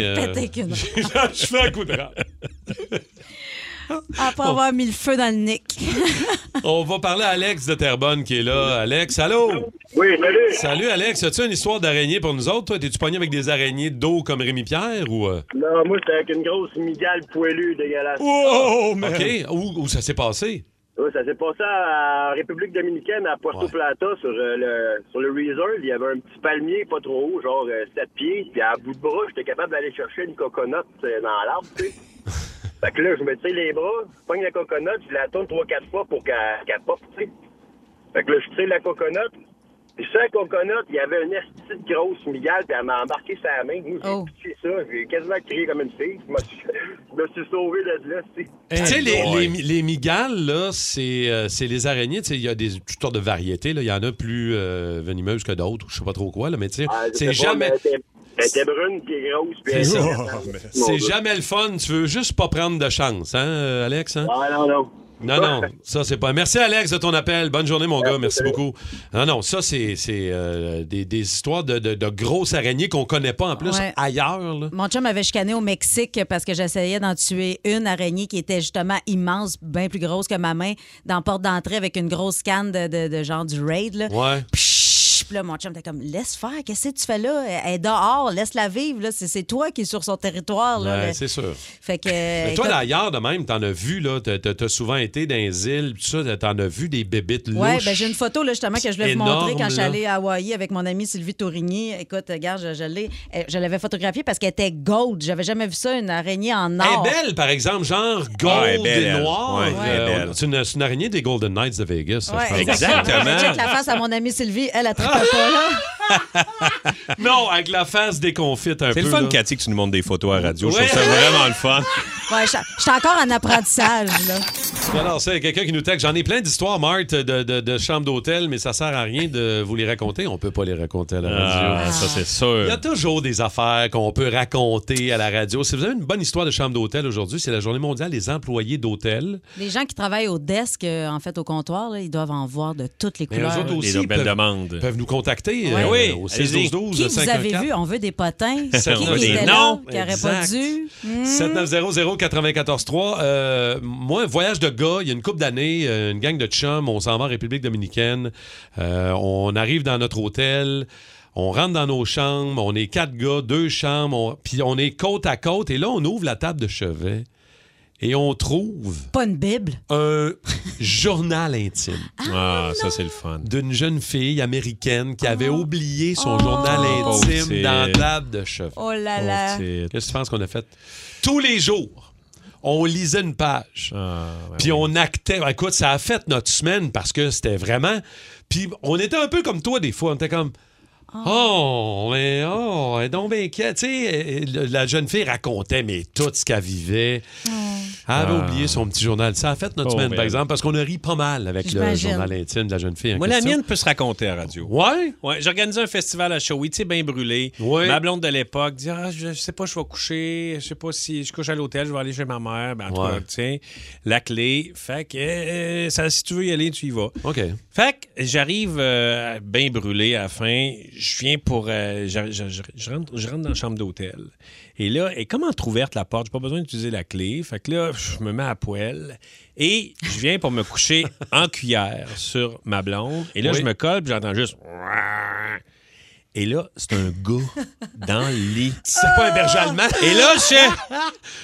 Speaker 4: l'ai
Speaker 3: euh,
Speaker 4: pété avec une-
Speaker 3: je fais un coup de rame.
Speaker 4: Après avoir mis le feu dans le nick.
Speaker 3: On va parler à Alex de Terrebonne qui est là. Alex, allô?
Speaker 8: Oui, salut.
Speaker 3: Salut, Alex. As-tu une histoire d'araignée pour nous autres? Toi, t'es-tu pogné avec des araignées d'eau comme Rémi-Pierre ou... euh?
Speaker 8: Non, moi, j'étais avec une grosse migale poilue dégueulasse.
Speaker 3: OK, où, où ça s'est passé?
Speaker 8: Ouais, ça s'est passé en République dominicaine, à Puerto Plata, sur, euh, le, sur le reserve. Il y avait un petit palmier pas trop haut, genre 7 pieds. Puis à bout de bras, j'étais capable d'aller chercher une coconut euh, dans l'arbre, tu sais. fait que là, je me tire les bras, je pogne la coconut, je la tourne 3-4 fois pour qu'elle qu'elle pop, tu sais. Fait que là, je tire la coconut, Puis sur la coconote, il y avait une petite grosse migale, puis elle m'a embarqué sa main. Moi, j'ai pitché ça, j'ai quasiment crié comme une fille. Je me suis, je me suis sauvé de là, tu sais.
Speaker 13: Eh
Speaker 3: Puis, tu sais, les, les, les migales, là, c'est, euh, c'est les araignées. Tu sais, il y a des toutes sortes de variétés. là. Il y en a plus euh, venimeuses que d'autres, ou je sais pas trop quoi, là, mais tu sais,
Speaker 8: Ah, je sais
Speaker 3: c'est
Speaker 8: pas,
Speaker 3: jamais.
Speaker 8: mais Elle était- elle était brune, puis grosse, puis
Speaker 3: C'est
Speaker 8: elle-
Speaker 3: ça.
Speaker 8: Mon
Speaker 3: C'est
Speaker 8: Dieu.
Speaker 3: jamais le fun. Tu veux juste pas prendre de chance, hein, euh, Alex? hein?
Speaker 8: Ah, non, non.
Speaker 3: Non, non, ça c'est pas. Merci Alex de ton appel. Bonne journée, mon gars. Merci beaucoup. Non, non, ça c'est c'est, euh, des, des histoires de, de- de grosses araignées qu'on connaît pas en plus
Speaker 4: Ouais.
Speaker 3: ailleurs. là.
Speaker 4: Mon chum m'avait chicané au Mexique parce que j'essayais d'en tuer une araignée qui était justement immense, bien plus grosse que ma main, dans la porte d'entrée avec une grosse canne de, de- de genre du raid. Là.
Speaker 3: Ouais.
Speaker 4: Psh, Puis là, mon chum était comme, laisse faire, qu'est-ce que tu fais là? Elle est dehors, laisse-la vivre, là. C'est, c'est toi qui es sur son territoire. Là,
Speaker 3: Ouais,
Speaker 4: Le-
Speaker 3: c'est sûr.
Speaker 4: Fait que. Eh,
Speaker 3: Mais toi,
Speaker 4: écoute-
Speaker 3: d'ailleurs, de même, t'en as vu, là. T'as- T'as t'as souvent été dans les îles, tout ça. T'en as vu des bébites louches.
Speaker 4: Ouais, ben j'ai une photo là, justement que je voulais vous
Speaker 3: énorme,
Speaker 4: montrer quand je suis
Speaker 3: là.
Speaker 4: allée à Hawaï avec mon amie Sylvie Tourigny. Écoute, regarde, je, je l'ai, euh, je l'avais photographiée parce qu'elle était gold. J'avais jamais vu ça, une araignée en
Speaker 3: Elle
Speaker 4: or.
Speaker 3: est belle, par exemple, genre gold
Speaker 5: Ah, elle est belle,
Speaker 3: et
Speaker 5: elle.
Speaker 3: noir.
Speaker 5: Ouais, elle est
Speaker 3: Euh,
Speaker 5: belle.
Speaker 3: C'est une, c'est une araignée des Golden Knights de Vegas. ça,
Speaker 4: Ouais,
Speaker 3: je pense.
Speaker 4: J'ai check la face à mon amie Sylvie, elle a pas là.
Speaker 3: non, avec la face déconfite un peu.
Speaker 5: C'est le fun,
Speaker 3: là.
Speaker 5: Cathy, que tu nous montres des photos à la radio.
Speaker 3: Ouais.
Speaker 5: Je trouve ça vraiment le fun.
Speaker 4: Ouais, je je suis encore en apprentissage là.
Speaker 3: Alors, c'est quelqu'un qui nous texte. J'en ai plein d'histoires, Marthe, de, de, de chambres d'hôtel, mais ça sert à rien de vous les raconter. On peut pas les raconter à la radio.
Speaker 5: Ah, ça, c'est
Speaker 3: sûr. Il y a toujours des affaires qu'on peut raconter à la radio. Si vous avez une bonne histoire de chambre d'hôtel aujourd'hui, c'est la journée mondiale des employés d'hôtel.
Speaker 4: Les gens qui travaillent au desk, euh, en fait, au comptoir, là, ils doivent en voir de toutes les
Speaker 3: Mais eux
Speaker 4: couleurs.
Speaker 3: autres aussi, ils peuvent, peuvent nous contacter
Speaker 4: Ouais.
Speaker 3: euh,
Speaker 5: Oui,
Speaker 3: au
Speaker 5: allez-y.
Speaker 3: 6 12 12
Speaker 4: Qui vous avez vu? On veut des potins. qui
Speaker 3: Ça, on veut
Speaker 4: qui
Speaker 3: des
Speaker 4: était là,
Speaker 3: noms.
Speaker 4: qui n'aurait pas
Speaker 3: Exact.
Speaker 4: dû? Hmm.
Speaker 3: 7900-943. Euh, moi, voyage de gars, il y a une couple d'années, euh, une gang de chums, on s'en va en République dominicaine. Euh, on arrive dans notre hôtel, on rentre dans nos chambres, on est quatre gars, deux chambres, on- puis on est côte à côte. Et là, on ouvre la table de chevet et on trouve...
Speaker 4: Pas une Bible.
Speaker 3: Un journal intime. Ah, ça, c'est le fun. D'une jeune fille américaine qui avait oublié son journal intime
Speaker 5: Pauvre
Speaker 3: dans la
Speaker 5: petite.
Speaker 3: table de chevet.
Speaker 4: Oh là là.
Speaker 3: Qu'est-ce que tu penses qu'on a fait? Tous les jours, on lisait une page. puis Ah, on actait. Ben, Écoute, ça a fait notre semaine parce que c'était vraiment. Puis on était un peu comme toi des fois. On était comme. Oh, mais oh, elle est donc bien inquiète. Tu sais, euh, la jeune fille racontait, mais tout ce qu'elle vivait. Elle avait
Speaker 5: Ah.
Speaker 3: oublié son petit journal. Ça a fait notre
Speaker 5: Oh,
Speaker 3: semaine,
Speaker 5: belle.
Speaker 3: par exemple, parce qu'on a ri pas mal avec le
Speaker 5: J'imagine.
Speaker 3: journal intime de la jeune fille. en
Speaker 5: Moi, la
Speaker 3: question.
Speaker 5: mienne peut se raconter à la radio.
Speaker 3: Ouais?
Speaker 5: Ouais, j'ai organisé un festival à Showy, tu sais, bien brûlé. Ma blonde de l'époque dit Ah, je, je sais pas, je vais coucher, je sais pas si je couche à l'hôtel, je vais aller chez ma mère. Ben, en tout
Speaker 3: Ouais.
Speaker 5: cas, tiens, la clé. Fait que, euh, ça, si tu veux y aller, tu y vas.
Speaker 3: OK.
Speaker 5: Fait que j'arrive euh, bien brûlé à la fin. Je viens pour. euh, je, je- je- je rentre, je rentre dans la chambre d'hôtel. Et là, elle est comme entrouverte la porte. J'ai pas besoin d'utiliser la clé. Fait que là, je me mets à poêle. Et je viens pour me coucher en cuillère sur ma blonde. Et là,
Speaker 3: Oui.
Speaker 5: je me colle, puis j'entends juste. Et là, c'est un gars dans le lit. C'est pas un berger allemand. Et là, je fais,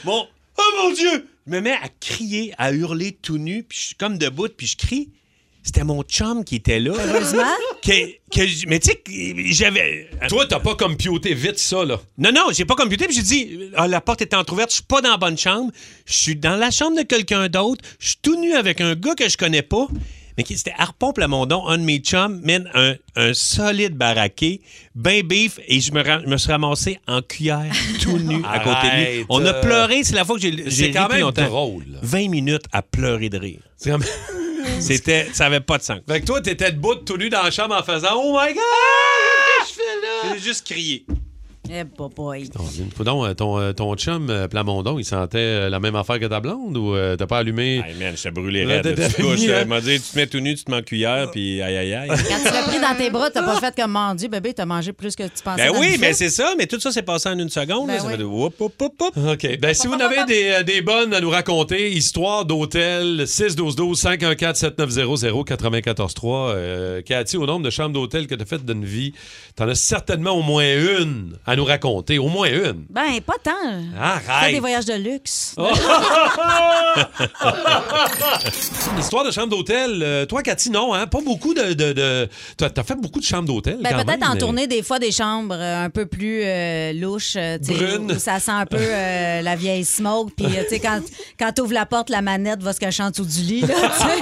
Speaker 5: Bon, oh mon Dieu! Je me mets à crier, à hurler tout nu, puis je suis comme debout, puis je crie. C'était mon chum qui était là.
Speaker 4: Heureusement.
Speaker 5: Que, que j- mais tu sais, que j'avais. euh,
Speaker 3: Toi, t'as pas computé vite ça, là.
Speaker 5: Non, non, j'ai pas computé, puis j'ai dit, ah, la porte était entrouverte, je suis pas dans la bonne chambre, je suis dans la chambre de quelqu'un d'autre, je suis tout nu avec un gars que je connais pas, mais qui c'était Harpon Plamondon, un de mes chums, mène un, un solide baraqué, ben beef, et je me, ra- me suis ramassé en cuillère, tout nu, à côté de lui.
Speaker 3: Arrête,
Speaker 5: On a
Speaker 3: euh,
Speaker 5: pleuré, c'est la fois que j'ai j'ai
Speaker 3: c'est
Speaker 5: ri
Speaker 3: quand
Speaker 5: plus
Speaker 3: même
Speaker 5: longtemps.
Speaker 3: drôle.
Speaker 5: 20 minutes à pleurer de rire. C'était, ça avait pas de sens.
Speaker 3: Fait que toi, t'étais debout tout nu dans la chambre en faisant Oh my God! Qu'est-ce que je fais là?
Speaker 5: J'ai juste crié.
Speaker 4: Eh, boy, boy.
Speaker 3: Coudon, euh, ton, euh, ton chum, euh, Plamondon, il sentait euh, la même affaire que ta blonde ou euh, t'as pas allumé?
Speaker 5: Hey man, je t'ai brûlé
Speaker 3: Là,
Speaker 5: raide. là,
Speaker 3: t'étais
Speaker 5: Tu te couches,
Speaker 3: mis, hein?
Speaker 5: là, elle m'a dit, tu te mets tout nu, tu te mets en cuillère, puis aïe, aïe, aïe.
Speaker 4: Quand tu l'as pris dans tes bras, t'as pas fait comme mendu, bébé, t'as mangé plus que tu pensais.
Speaker 5: Ben
Speaker 4: dans le
Speaker 5: oui,
Speaker 4: buffet.
Speaker 5: mais c'est ça, mais tout ça s'est passé en une seconde.
Speaker 4: Ben
Speaker 5: là, ça
Speaker 4: oui.
Speaker 5: fait de whoop, whoop, whoop, whoop.
Speaker 3: OK. Ben, si vous en avez des, euh, des bonnes à nous raconter, histoire d'hôtel, 612-12-514-7900-943. euh, Cathy, au nombre de chambres d'hôtel que tu as faites d'une vie, t'en as certainement au moins une à nous raconter, au moins une.
Speaker 4: Ben, pas tant.
Speaker 5: Ah,
Speaker 4: Fais des
Speaker 3: Arrête!
Speaker 4: voyages de luxe.
Speaker 3: Histoire de chambre d'hôtel, euh, toi, Cathy, non, hein? Pas beaucoup de. de, de- T'as t'as fait beaucoup de chambres d'hôtel.
Speaker 4: Ben,
Speaker 3: quand
Speaker 4: peut-être
Speaker 3: même,
Speaker 4: en
Speaker 3: mais-
Speaker 4: tournée des fois des chambres euh, un peu plus euh, louches, euh, tu sais,
Speaker 3: Brunes.
Speaker 4: où ça sent un peu euh, la vieille smoke. Puis euh, tu sais, quand, quand t'ouvres la porte, la manette va se cacher en dessous du lit. là, tu sais.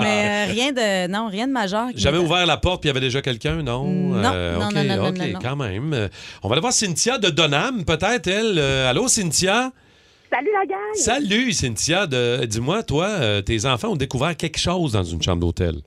Speaker 4: Mais euh, rien de non, rien de majeur. qui
Speaker 3: J'avais
Speaker 4: m'est-
Speaker 3: ouvert la porte puis il y avait déjà quelqu'un, non? Euh,
Speaker 4: Non, non,
Speaker 3: OK,
Speaker 4: non, non, non,
Speaker 3: OK,
Speaker 4: non, non.
Speaker 3: quand même. Euh, On va aller voir Cynthia de Donham, peut-être, elle. Euh, allô, Cynthia?
Speaker 13: Salut la gang!
Speaker 3: Salut, Cynthia. De... Dis-moi, toi, euh, tes enfants ont découvert quelque chose dans une chambre d'hôtel.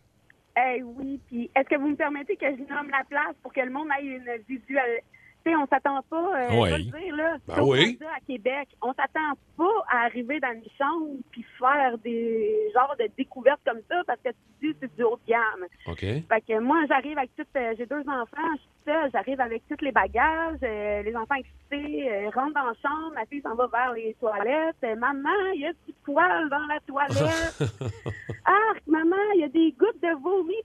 Speaker 13: Eh oui, puis est-ce que vous me permettez que je nomme la place pour que le monde ait une visuelle... Tu sais, on s'attend pas, euh,
Speaker 3: Oui.
Speaker 13: je veux le dire, là,
Speaker 3: Ben
Speaker 13: c'est au
Speaker 3: oui.
Speaker 13: Canada, à Québec, on s'attend pas à arriver dans une chambre puis faire des genres de découvertes comme ça parce que tu dis c'est du haut de gamme.
Speaker 3: OK.
Speaker 4: Ben,
Speaker 13: Fait que moi, j'arrive avec toutes... euh, J'ai deux enfants, je suis seule, j'arrive avec tous les bagages, euh, les enfants excités, euh, rentrent dans la chambre, ma fille s'en va vers les toilettes. Euh, maman, il y a du poil dans la toilette. Arc, maman, il y a des gouttes de vomi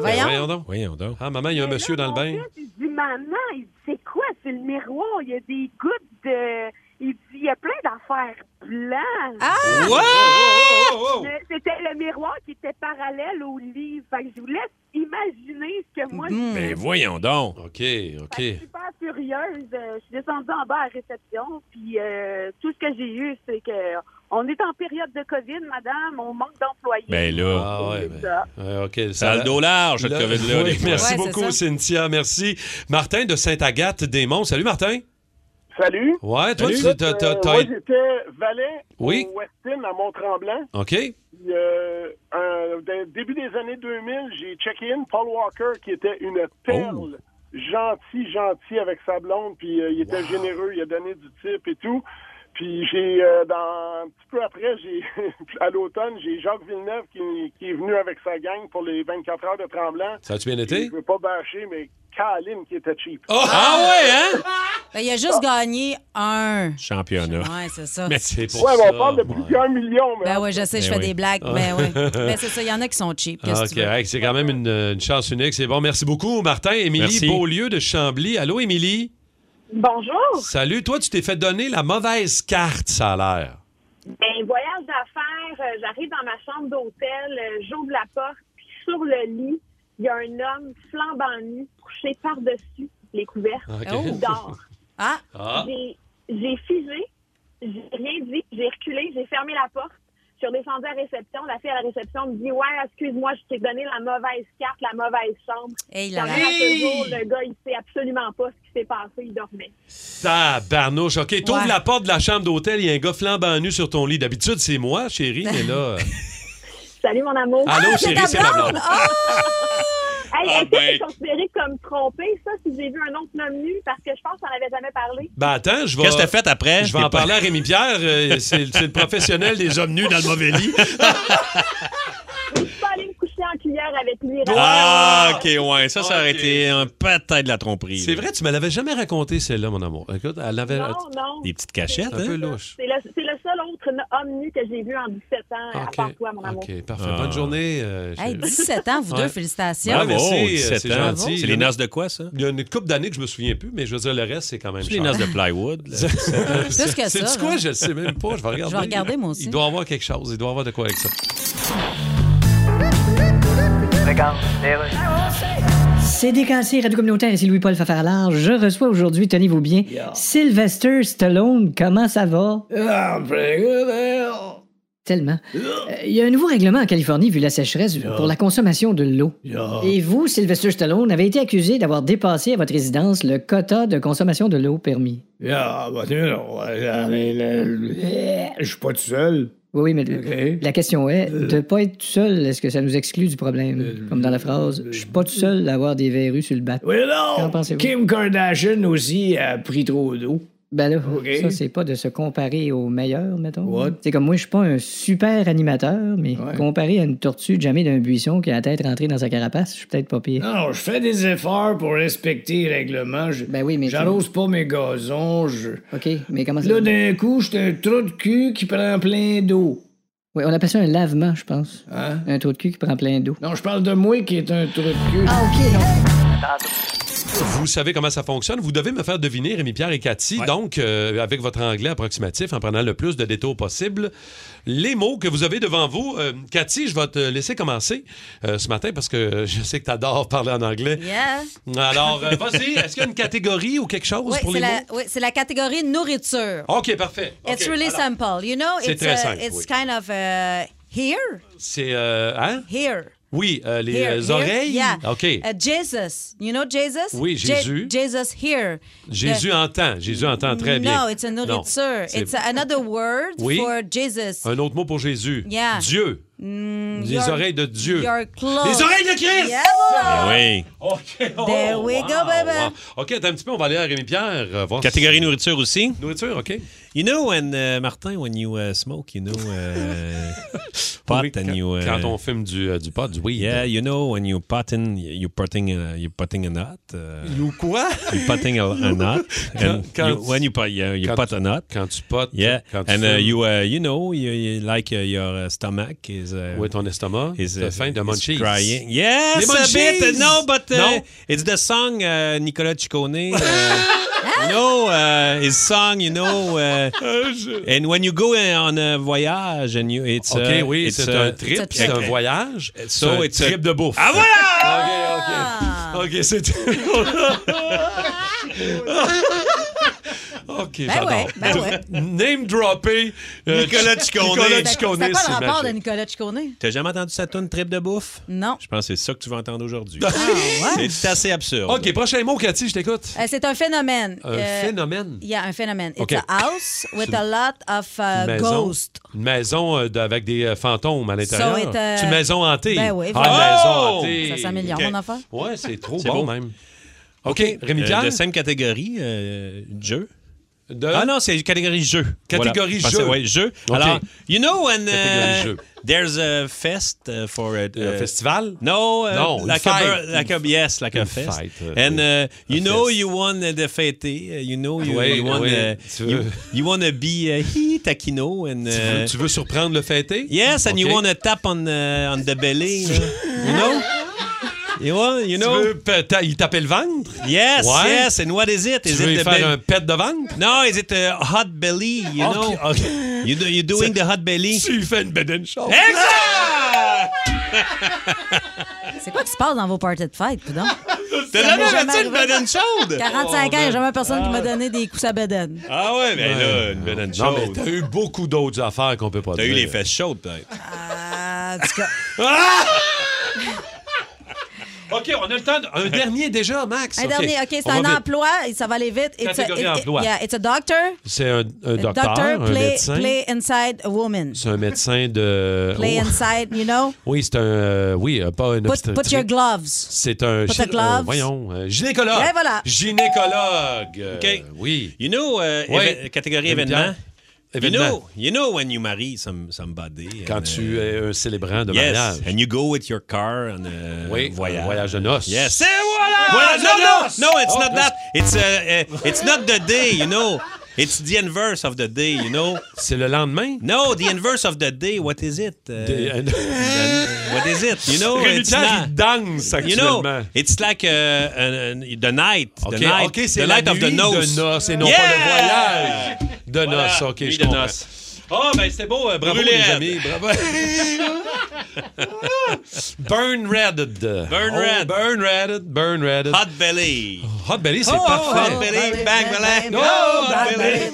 Speaker 3: Ben, voyons donc. Voyons donc. Ah, maman, il y a un monsieur dans le bain.
Speaker 4: Ah,
Speaker 13: Il dit, maman, il dit, c'est quoi? C'est le miroir. Il y a des gouttes de... Il dit, il y a plein d'affaires blanches.
Speaker 9: Ah! Wow! Oh, oh, oh, oh!
Speaker 13: Le- C'était le miroir qui était parallèle au lit. Fait que je vous laisse imaginer ce que moi... je
Speaker 5: Mais Ben, voyons donc.
Speaker 3: OK,
Speaker 13: Fait que je suis super furieuse. Euh, Je suis descendue en bas à la réception. Puis euh, tout ce que j'ai eu, c'est que on est en période de COVID, madame. On manque d'employés.
Speaker 5: Ben là.
Speaker 3: Ah, ouais, ben-
Speaker 13: Ça.
Speaker 3: Ouais, OK.
Speaker 5: Ça a le dos large, le COVID-là,
Speaker 3: oui,
Speaker 5: des fois.
Speaker 3: merci
Speaker 13: Ouais, c'est
Speaker 3: beaucoup,
Speaker 13: ça.
Speaker 3: Cynthia. Merci. Martin de Sainte-Agathe-des-Monts. Salut, Martin.
Speaker 14: Salut.
Speaker 3: Ouais, toi,
Speaker 14: Salut.
Speaker 3: tu t'as- t'as-
Speaker 14: Euh,
Speaker 3: t'as-
Speaker 14: moi, j'étais valet
Speaker 3: Oui.
Speaker 14: au Westin à Mont-Tremblant.
Speaker 3: OK.
Speaker 14: Puis, euh, un- dans- début des années 2000, j'ai checké-in Paul Walker, qui était une perle.
Speaker 5: Oh.
Speaker 14: Gentil, gentil avec sa blonde. Puis euh, il était généreux, il a donné du type et tout. Puis j'ai, euh, dans, un petit peu après, j'ai, à l'automne, j'ai Jacques Villeneuve qui, qui est venu avec sa gang pour les 24 heures de Tremblant.
Speaker 3: Ça a-tu bien
Speaker 14: Puis,
Speaker 3: été?
Speaker 14: Je veux pas bâcher, mais Caline qui était cheap.
Speaker 3: Oh, ouais, hein?
Speaker 4: Ben, il a juste gagné un.
Speaker 5: Championnat.
Speaker 4: Ouais, c'est ça.
Speaker 5: Ah, Mais c'est pour
Speaker 14: Ouais,
Speaker 5: ça.
Speaker 14: mais on parle de plusieurs millions. Mais
Speaker 4: Ben ouais, je sais, je
Speaker 3: Ben
Speaker 4: fais
Speaker 3: oui.
Speaker 4: des blagues.
Speaker 3: Ah.
Speaker 4: Ben ouais. Ben c'est ça, il y en a qui sont cheap. qu'est-ce que
Speaker 3: OK,
Speaker 4: tu veux?
Speaker 3: hey, Ah, c'est quand même une, une chance unique. C'est bon. Merci beaucoup, Martin. Émilie
Speaker 5: Merci.
Speaker 3: Beaulieu de Chambly. Allô, Émilie?
Speaker 13: Bonjour.
Speaker 3: Salut. Toi, tu t'es fait donner la mauvaise carte, ça a l'air.
Speaker 13: Ben, voyage d'affaires, euh, j'arrive dans ma chambre d'hôtel, euh, j'ouvre la porte, puis sur le lit, il y a un homme flambant nu, couché par-dessus les couvertes.
Speaker 9: Ok.
Speaker 13: qui dort.
Speaker 4: Ah!
Speaker 9: Ah.
Speaker 13: J'ai j'ai figé, j'ai rien dit, j'ai reculé, j'ai fermé la porte. Je suis redescendue à la réception. La fille à la réception me dit Ouais, excuse-moi, je t'ai donné la mauvaise carte, la mauvaise chambre.
Speaker 4: Hey,
Speaker 3: là, là.
Speaker 13: Puis, en
Speaker 3: Hey!
Speaker 13: fait, à ce jour, le gars, il sait absolument pas ce qui s'est passé, il dormait.
Speaker 3: Tabarnouche. OK, t'ouvres
Speaker 13: Ouais.
Speaker 3: la porte de la chambre d'hôtel, il y a un gars flambant nu sur ton lit. D'habitude, c'est moi, chérie, mais là... euh,
Speaker 13: Salut, mon amour.
Speaker 3: Allô, Ah, chérie, c'est ta c'est ma blonde. blonde.
Speaker 13: Hey,
Speaker 3: Ah,
Speaker 13: Est-ce que
Speaker 3: ben.
Speaker 13: c'est considéré comme trompé, ça, si j'ai vu un autre homme nu? Parce que je pense qu'on n'avait jamais parlé.
Speaker 3: Ben attends, je vais.
Speaker 5: Qu'est-ce que t'as fait après?
Speaker 3: Je vais en
Speaker 5: T'es pas-
Speaker 3: parler à Rémi Pierre. euh, c'est c'est le professionnel des hommes nus dans le mauvais lit.
Speaker 13: Je suis pas allée me coucher en cuillère avec lui.
Speaker 5: Ah, ok, ouais. Ça, ça aurait été un peut-être de la tromperie.
Speaker 3: C'est vrai, tu me l'avais jamais raconté, celle-là, mon amour. Écoute, elle avait.
Speaker 13: Non, non.
Speaker 5: Des petites cachettes,
Speaker 3: un peu
Speaker 5: hein?
Speaker 3: louche.
Speaker 13: C'est le, c'est le seul autre homme nu que j'ai vu en 17 ans, Euh, à
Speaker 3: Ok,
Speaker 13: part toi, mon amour.
Speaker 3: OK, parfait.
Speaker 5: Ah.
Speaker 3: Bonne journée. euh,
Speaker 4: Hey,
Speaker 3: chérie.
Speaker 4: 17 ans, vous
Speaker 3: Ouais.
Speaker 4: deux, félicitations.
Speaker 3: Ouais,
Speaker 5: Bravo,
Speaker 3: merci, euh,
Speaker 5: 17
Speaker 3: c'est
Speaker 5: Ah, ans.
Speaker 3: gentil.
Speaker 5: C'est les noces de quoi, ça?
Speaker 3: Il y a une couple d'années que je me souviens plus, mais je veux dire, le reste, c'est quand même
Speaker 5: C'est les
Speaker 3: cher.
Speaker 5: noces de plywood, là.
Speaker 3: Plus
Speaker 4: Plus que ça,
Speaker 3: C'est quoi?
Speaker 4: là.
Speaker 3: Je le sais même pas. Je vais regarder.
Speaker 4: Je vais regarder, moi aussi.
Speaker 3: Il doit y avoir quelque chose. Il doit y avoir de quoi avec ça.
Speaker 6: C'est Décancé, Radio Communautaire, ici Louis-Paul Fafarlard. Je reçois aujourd'hui, tenez-vous bien, Sylvester Stallone. Comment ça va? Tellement. Euh, Il y a un nouveau règlement en Californie, vu la sécheresse, pour la consommation de l'eau.
Speaker 2: Ah.
Speaker 6: Et vous, Sylvester Stallone, avez été accusé d'avoir dépassé à votre résidence le quota de consommation de l'eau permis.
Speaker 15: Ah, bah, tu non. Je suis pas tout seul.
Speaker 6: Oui, oui, mais la question est, de pas être tout seul, est-ce que ça nous exclut du problème? Comme dans la phrase, je suis pas tout seul à avoir des verrues sur le bat.
Speaker 15: Oui,
Speaker 6: Qu'en
Speaker 15: non!
Speaker 6: pensez-vous?
Speaker 15: Kim Kardashian aussi a pris trop d'eau.
Speaker 6: Ben là,
Speaker 15: OK.
Speaker 6: ça, c'est pas de se comparer au meilleur, mettons. C'est comme moi, je suis pas un super animateur, mais comparé à une tortue jamais d'un buisson qui a la tête rentrée dans sa carapace, je suis peut-être pas pire.
Speaker 15: Non, je fais des efforts pour respecter les règlements. Je, ben oui, mais. J'arrose pas mes gazons. Je...
Speaker 6: OK, mais comment ça
Speaker 15: Là, d'un coup, j'étais un trou de cul qui prend plein d'eau. hein?
Speaker 6: Oui, on appelle ça un lavement, je pense. Un trou de cul qui prend plein d'eau.
Speaker 15: Non, je parle de moi qui est un trou de cul.
Speaker 6: Ah, OK, non.
Speaker 3: Vous savez comment ça fonctionne. Vous devez me faire deviner, Rémi Pierre et Cathy, donc euh, avec votre anglais approximatif, en prenant le plus de détours possible, les mots que vous avez devant vous. Euh, Cathy, je vais te laisser commencer euh, ce matin parce que je sais que tu adores parler en anglais.
Speaker 4: Yeah.
Speaker 3: Alors, euh, vas-y, est-ce qu'il y a une catégorie ou quelque chose
Speaker 4: Oui,
Speaker 3: pour
Speaker 4: c'est
Speaker 3: les
Speaker 4: la,
Speaker 3: mots?
Speaker 4: oui, c'est la catégorie nourriture.
Speaker 3: OK, parfait.
Speaker 4: It's
Speaker 3: OK,
Speaker 4: really
Speaker 3: alors,
Speaker 4: simple. You know,
Speaker 3: C'est
Speaker 4: it's,
Speaker 3: très
Speaker 4: uh,
Speaker 3: simple,
Speaker 4: it's
Speaker 3: oui.
Speaker 4: kind of uh, here,
Speaker 3: C'est. euh, hein?
Speaker 4: here.
Speaker 3: Oui, euh, les
Speaker 4: Here,
Speaker 3: euh,
Speaker 4: here,
Speaker 3: oreilles.
Speaker 4: yeah.
Speaker 3: OK.
Speaker 4: Uh, Jesus. You know Jesus?
Speaker 3: Oui,
Speaker 4: Je-
Speaker 3: Jésus.
Speaker 4: Jesus here.
Speaker 3: Jésus
Speaker 4: The-
Speaker 3: entend. Jésus entend très bien.
Speaker 4: No, it's a
Speaker 3: Non,
Speaker 4: nourriture.
Speaker 3: c'est-
Speaker 4: It's another word
Speaker 3: Oui.
Speaker 4: for Jesus.
Speaker 3: Un autre mot pour Jésus.
Speaker 4: Yeah.
Speaker 3: Dieu.
Speaker 4: Mm,
Speaker 3: Les
Speaker 4: your-
Speaker 3: oreilles de Dieu.
Speaker 4: your clothes.
Speaker 3: Les oreilles de Christ! Oh,
Speaker 4: Yeah.
Speaker 3: Oui. OK.
Speaker 4: There we go, baby.
Speaker 3: OK, attends un petit peu, on va aller à Rémi-Pierre. euh, voir
Speaker 5: Catégorie nourriture aussi.
Speaker 3: Nourriture, OK.
Speaker 5: You know, when, uh, Martin, when you uh, smoke, you know, uh, pot
Speaker 3: Oui,
Speaker 5: and
Speaker 3: quand-
Speaker 5: you...
Speaker 3: quand on euh,
Speaker 5: fume du, du pot, du weed. Yeah, you know, when you potting, you potting, uh, you potting a nut. Uh,
Speaker 3: You quoi?
Speaker 5: You potting a, a nut.
Speaker 3: Quand-
Speaker 5: And
Speaker 3: quand
Speaker 5: you-
Speaker 3: tu-
Speaker 5: when you, pot, yeah, you
Speaker 3: quand
Speaker 5: pot
Speaker 3: tu-
Speaker 5: a nut.
Speaker 3: Quand tu potes.
Speaker 5: Yeah,
Speaker 3: Quand tu
Speaker 5: and uh,
Speaker 3: fumes.
Speaker 5: you, uh, you know, you, you like uh, your uh, stomach is... Uh,
Speaker 3: Oui, ton estomac.
Speaker 5: Is,
Speaker 3: T'as faim de
Speaker 5: is
Speaker 3: munchies.
Speaker 5: uh, crying.
Speaker 3: Les
Speaker 5: Yes, a
Speaker 3: munchies!
Speaker 5: bit. No, but uh,
Speaker 3: Non?
Speaker 5: it's the song uh, Nicolas Ciccone. Uh, you know, uh, his song, you know. Uh,
Speaker 3: Ah,
Speaker 5: and when you go uh, on a voyage, and you, it's. uh,
Speaker 3: OK, oui,
Speaker 5: it's,
Speaker 3: c'est
Speaker 5: uh,
Speaker 3: un trip, c'est un voyage.
Speaker 5: so
Speaker 3: c'est un
Speaker 5: it's a-
Speaker 3: trip de bouffe.
Speaker 5: Ah,
Speaker 3: voilà! OK, OK. OK, c'est... OK,
Speaker 4: Ben
Speaker 3: j'adore.
Speaker 4: ouais, ben ouais.
Speaker 3: Name droppé. euh,
Speaker 5: Nicolas Ciccone.
Speaker 3: Nicolas
Speaker 4: C'est quoi
Speaker 3: Ciccone,
Speaker 4: le
Speaker 3: c'est
Speaker 4: rapport de
Speaker 3: magique.
Speaker 4: Nicolas Ciccone?
Speaker 5: T'as jamais entendu sa tune trip de bouffe?
Speaker 4: Non.
Speaker 5: Je pense que c'est ça que tu vas entendre aujourd'hui.
Speaker 3: Ah,
Speaker 4: ouais?
Speaker 5: C'est assez absurde.
Speaker 3: OK, prochain mot, Cathy, je t'écoute.
Speaker 4: Euh, c'est un phénomène.
Speaker 3: Un
Speaker 4: Euh,
Speaker 3: phénomène.
Speaker 4: Il y a un phénomène. It's
Speaker 3: OK.
Speaker 4: a house with
Speaker 3: C'est-
Speaker 4: a lot of uh,
Speaker 3: Une maison,
Speaker 4: ghosts.
Speaker 3: Une maison euh, de- avec des euh, fantômes à l'intérieur.
Speaker 4: it, euh,
Speaker 3: C'est une maison hantée.
Speaker 4: ben oui,
Speaker 3: ah,
Speaker 4: voilà.
Speaker 3: une maison
Speaker 4: Oh!
Speaker 3: hantée.
Speaker 4: Ça s'améliore,
Speaker 3: OK.
Speaker 4: mon affaire.
Speaker 3: Ouais, c'est trop
Speaker 5: C'est
Speaker 3: bon,
Speaker 5: beau.
Speaker 3: même. OK, Rémi-Pierre?
Speaker 5: Euh, de cinq catégories, euh, jeu. Ah non, c'est catégorie jeu.
Speaker 3: Catégorie
Speaker 5: Parce que,
Speaker 3: jeu.
Speaker 5: ouais, jeu.
Speaker 3: OK.
Speaker 5: Alors, you know when
Speaker 3: Catégorie
Speaker 5: uh,
Speaker 3: jeu.
Speaker 5: there's a fest uh, for a
Speaker 3: Un festival?
Speaker 5: No, uh,
Speaker 3: Non, une
Speaker 5: like a
Speaker 3: fête.
Speaker 5: bir- like a yes, like a
Speaker 3: Une
Speaker 5: fest.
Speaker 3: fête, euh,
Speaker 5: And uh, you
Speaker 3: un
Speaker 5: know
Speaker 3: fest.
Speaker 5: you want uh, the fêter, uh, you know you,
Speaker 3: Oui,
Speaker 5: you want
Speaker 3: oui,
Speaker 5: uh,
Speaker 3: tu
Speaker 5: you,
Speaker 3: veux.
Speaker 5: you want to be uh, he taquino and
Speaker 3: Tu veux- tu veux surprendre le fêté?
Speaker 5: Euh, Yes, and you
Speaker 3: OK.
Speaker 5: want to tap on uh, on the belly, là. you know? You want, you know?
Speaker 3: il tapait le ventre?
Speaker 5: Yes,
Speaker 3: Ouais.
Speaker 5: yes, and what is it?
Speaker 3: Tu
Speaker 5: Is
Speaker 3: veux
Speaker 5: it the
Speaker 3: y faire
Speaker 5: belly-
Speaker 3: un pet de ventre?
Speaker 5: No, is it a hot belly, you
Speaker 3: Ok,
Speaker 5: know? You do, you're doing the hot belly.
Speaker 3: Tu fais une bedaine chaude.
Speaker 5: Exact!
Speaker 4: C'est quoi qui se passe dans vos parties de fête, coudonc?
Speaker 5: T'as
Speaker 4: Ça m'est
Speaker 5: jamais
Speaker 4: jamais
Speaker 5: fait une
Speaker 4: arrivé.
Speaker 5: bedaine chaude?
Speaker 4: 45 ans, il n'y a jamais personne
Speaker 3: Ah.
Speaker 4: qui m'a donné des coups à bedaine.
Speaker 5: Ah ouais, mais là, une bedaine
Speaker 3: Non,
Speaker 5: chaude.
Speaker 3: mais t'as eu beaucoup d'autres affaires qu'on peut pas
Speaker 5: T'as
Speaker 3: dire.
Speaker 5: eu les fesses chaudes, peut-être.
Speaker 4: Ah, en tout cas.
Speaker 3: OK, on a le temps. de- Un dernier déjà, Max.
Speaker 4: Un
Speaker 3: OK.
Speaker 4: dernier, OK, c'est
Speaker 3: On
Speaker 4: un
Speaker 3: va vite.
Speaker 4: emploi, et ça va aller vite. It's a,
Speaker 3: Catégorie emploi.
Speaker 4: yeah, it's a doctor.
Speaker 3: C'est un, un docteur, un
Speaker 4: play,
Speaker 3: médecin.
Speaker 4: play inside a woman.
Speaker 3: C'est un médecin de.
Speaker 4: Play
Speaker 3: Oh.
Speaker 4: inside, you know?
Speaker 3: Oui, c'est un. euh, oui, euh, pas un
Speaker 4: Put, put your
Speaker 3: obstétrique.
Speaker 4: gloves.
Speaker 3: C'est un.
Speaker 4: Put the
Speaker 3: euh,
Speaker 4: gloves.
Speaker 3: voyons, euh, gynécologue.
Speaker 4: Ouais, voilà.
Speaker 3: Gynécologue. Euh,
Speaker 5: OK.
Speaker 3: Oui.
Speaker 5: You know, euh,
Speaker 3: Oui.
Speaker 5: éve- catégorie
Speaker 3: Rémi
Speaker 5: événement.
Speaker 3: Pierre.
Speaker 5: You
Speaker 3: Événement.
Speaker 5: know, you know when you marry some, somebody.
Speaker 3: Quand
Speaker 5: and,
Speaker 3: tu
Speaker 5: euh,
Speaker 3: es un célébrant de
Speaker 5: yes,
Speaker 3: mariage.
Speaker 5: and you go with your car on a
Speaker 3: Oui,
Speaker 5: voyage.
Speaker 3: un voyage de noces.
Speaker 5: Yes. C'est voilà!
Speaker 3: Voyage
Speaker 5: no,
Speaker 3: de
Speaker 5: no,
Speaker 3: noces!
Speaker 5: no, it's
Speaker 3: Oh,
Speaker 5: not
Speaker 3: yes.
Speaker 5: that. It's, uh, uh, it's not the day, you know. It's the inverse of the day, you know.
Speaker 3: C'est le lendemain?
Speaker 5: No, the inverse of the day, what is it? Uh,
Speaker 3: Des- euh,
Speaker 5: then what is it? You know,
Speaker 3: Rémi
Speaker 5: it's
Speaker 3: Pierre,
Speaker 5: not-
Speaker 3: il danse
Speaker 5: You know,
Speaker 3: actuellement.
Speaker 5: it's like uh, an- an- the night.
Speaker 3: OK,
Speaker 5: the night,
Speaker 3: OK, c'est
Speaker 5: the
Speaker 3: la
Speaker 5: night of the
Speaker 3: nuit
Speaker 5: nose.
Speaker 3: de noces et non
Speaker 5: Yeah!
Speaker 3: pas le voyage de
Speaker 5: Voilà,
Speaker 3: noces. OK,
Speaker 5: nuit
Speaker 3: je
Speaker 5: de
Speaker 3: comprends.
Speaker 5: noces.
Speaker 3: Ah, ben c'était beau. euh, bravo,
Speaker 5: Brûlé
Speaker 3: les
Speaker 5: raide.
Speaker 3: amis. Bravo. burn Redded.
Speaker 5: Burn
Speaker 3: Oh,
Speaker 5: red.
Speaker 3: Burn Redded. Burn Redded.
Speaker 5: Hot belly.
Speaker 3: Hot Belly, c'est
Speaker 5: Oh,
Speaker 3: parfait.
Speaker 5: Hot belly, bang belly.
Speaker 3: No,
Speaker 5: hot belly.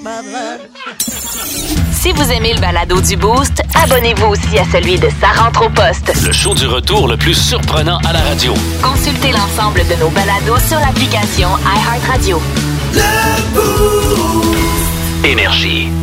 Speaker 1: Si vous aimez le balado du Boost, abonnez-vous aussi à celui de Sa rentre au poste.
Speaker 16: Le show du retour le plus surprenant à la radio.
Speaker 1: Consultez l'ensemble de nos balados sur l'application iHeartRadio.
Speaker 16: Énergie.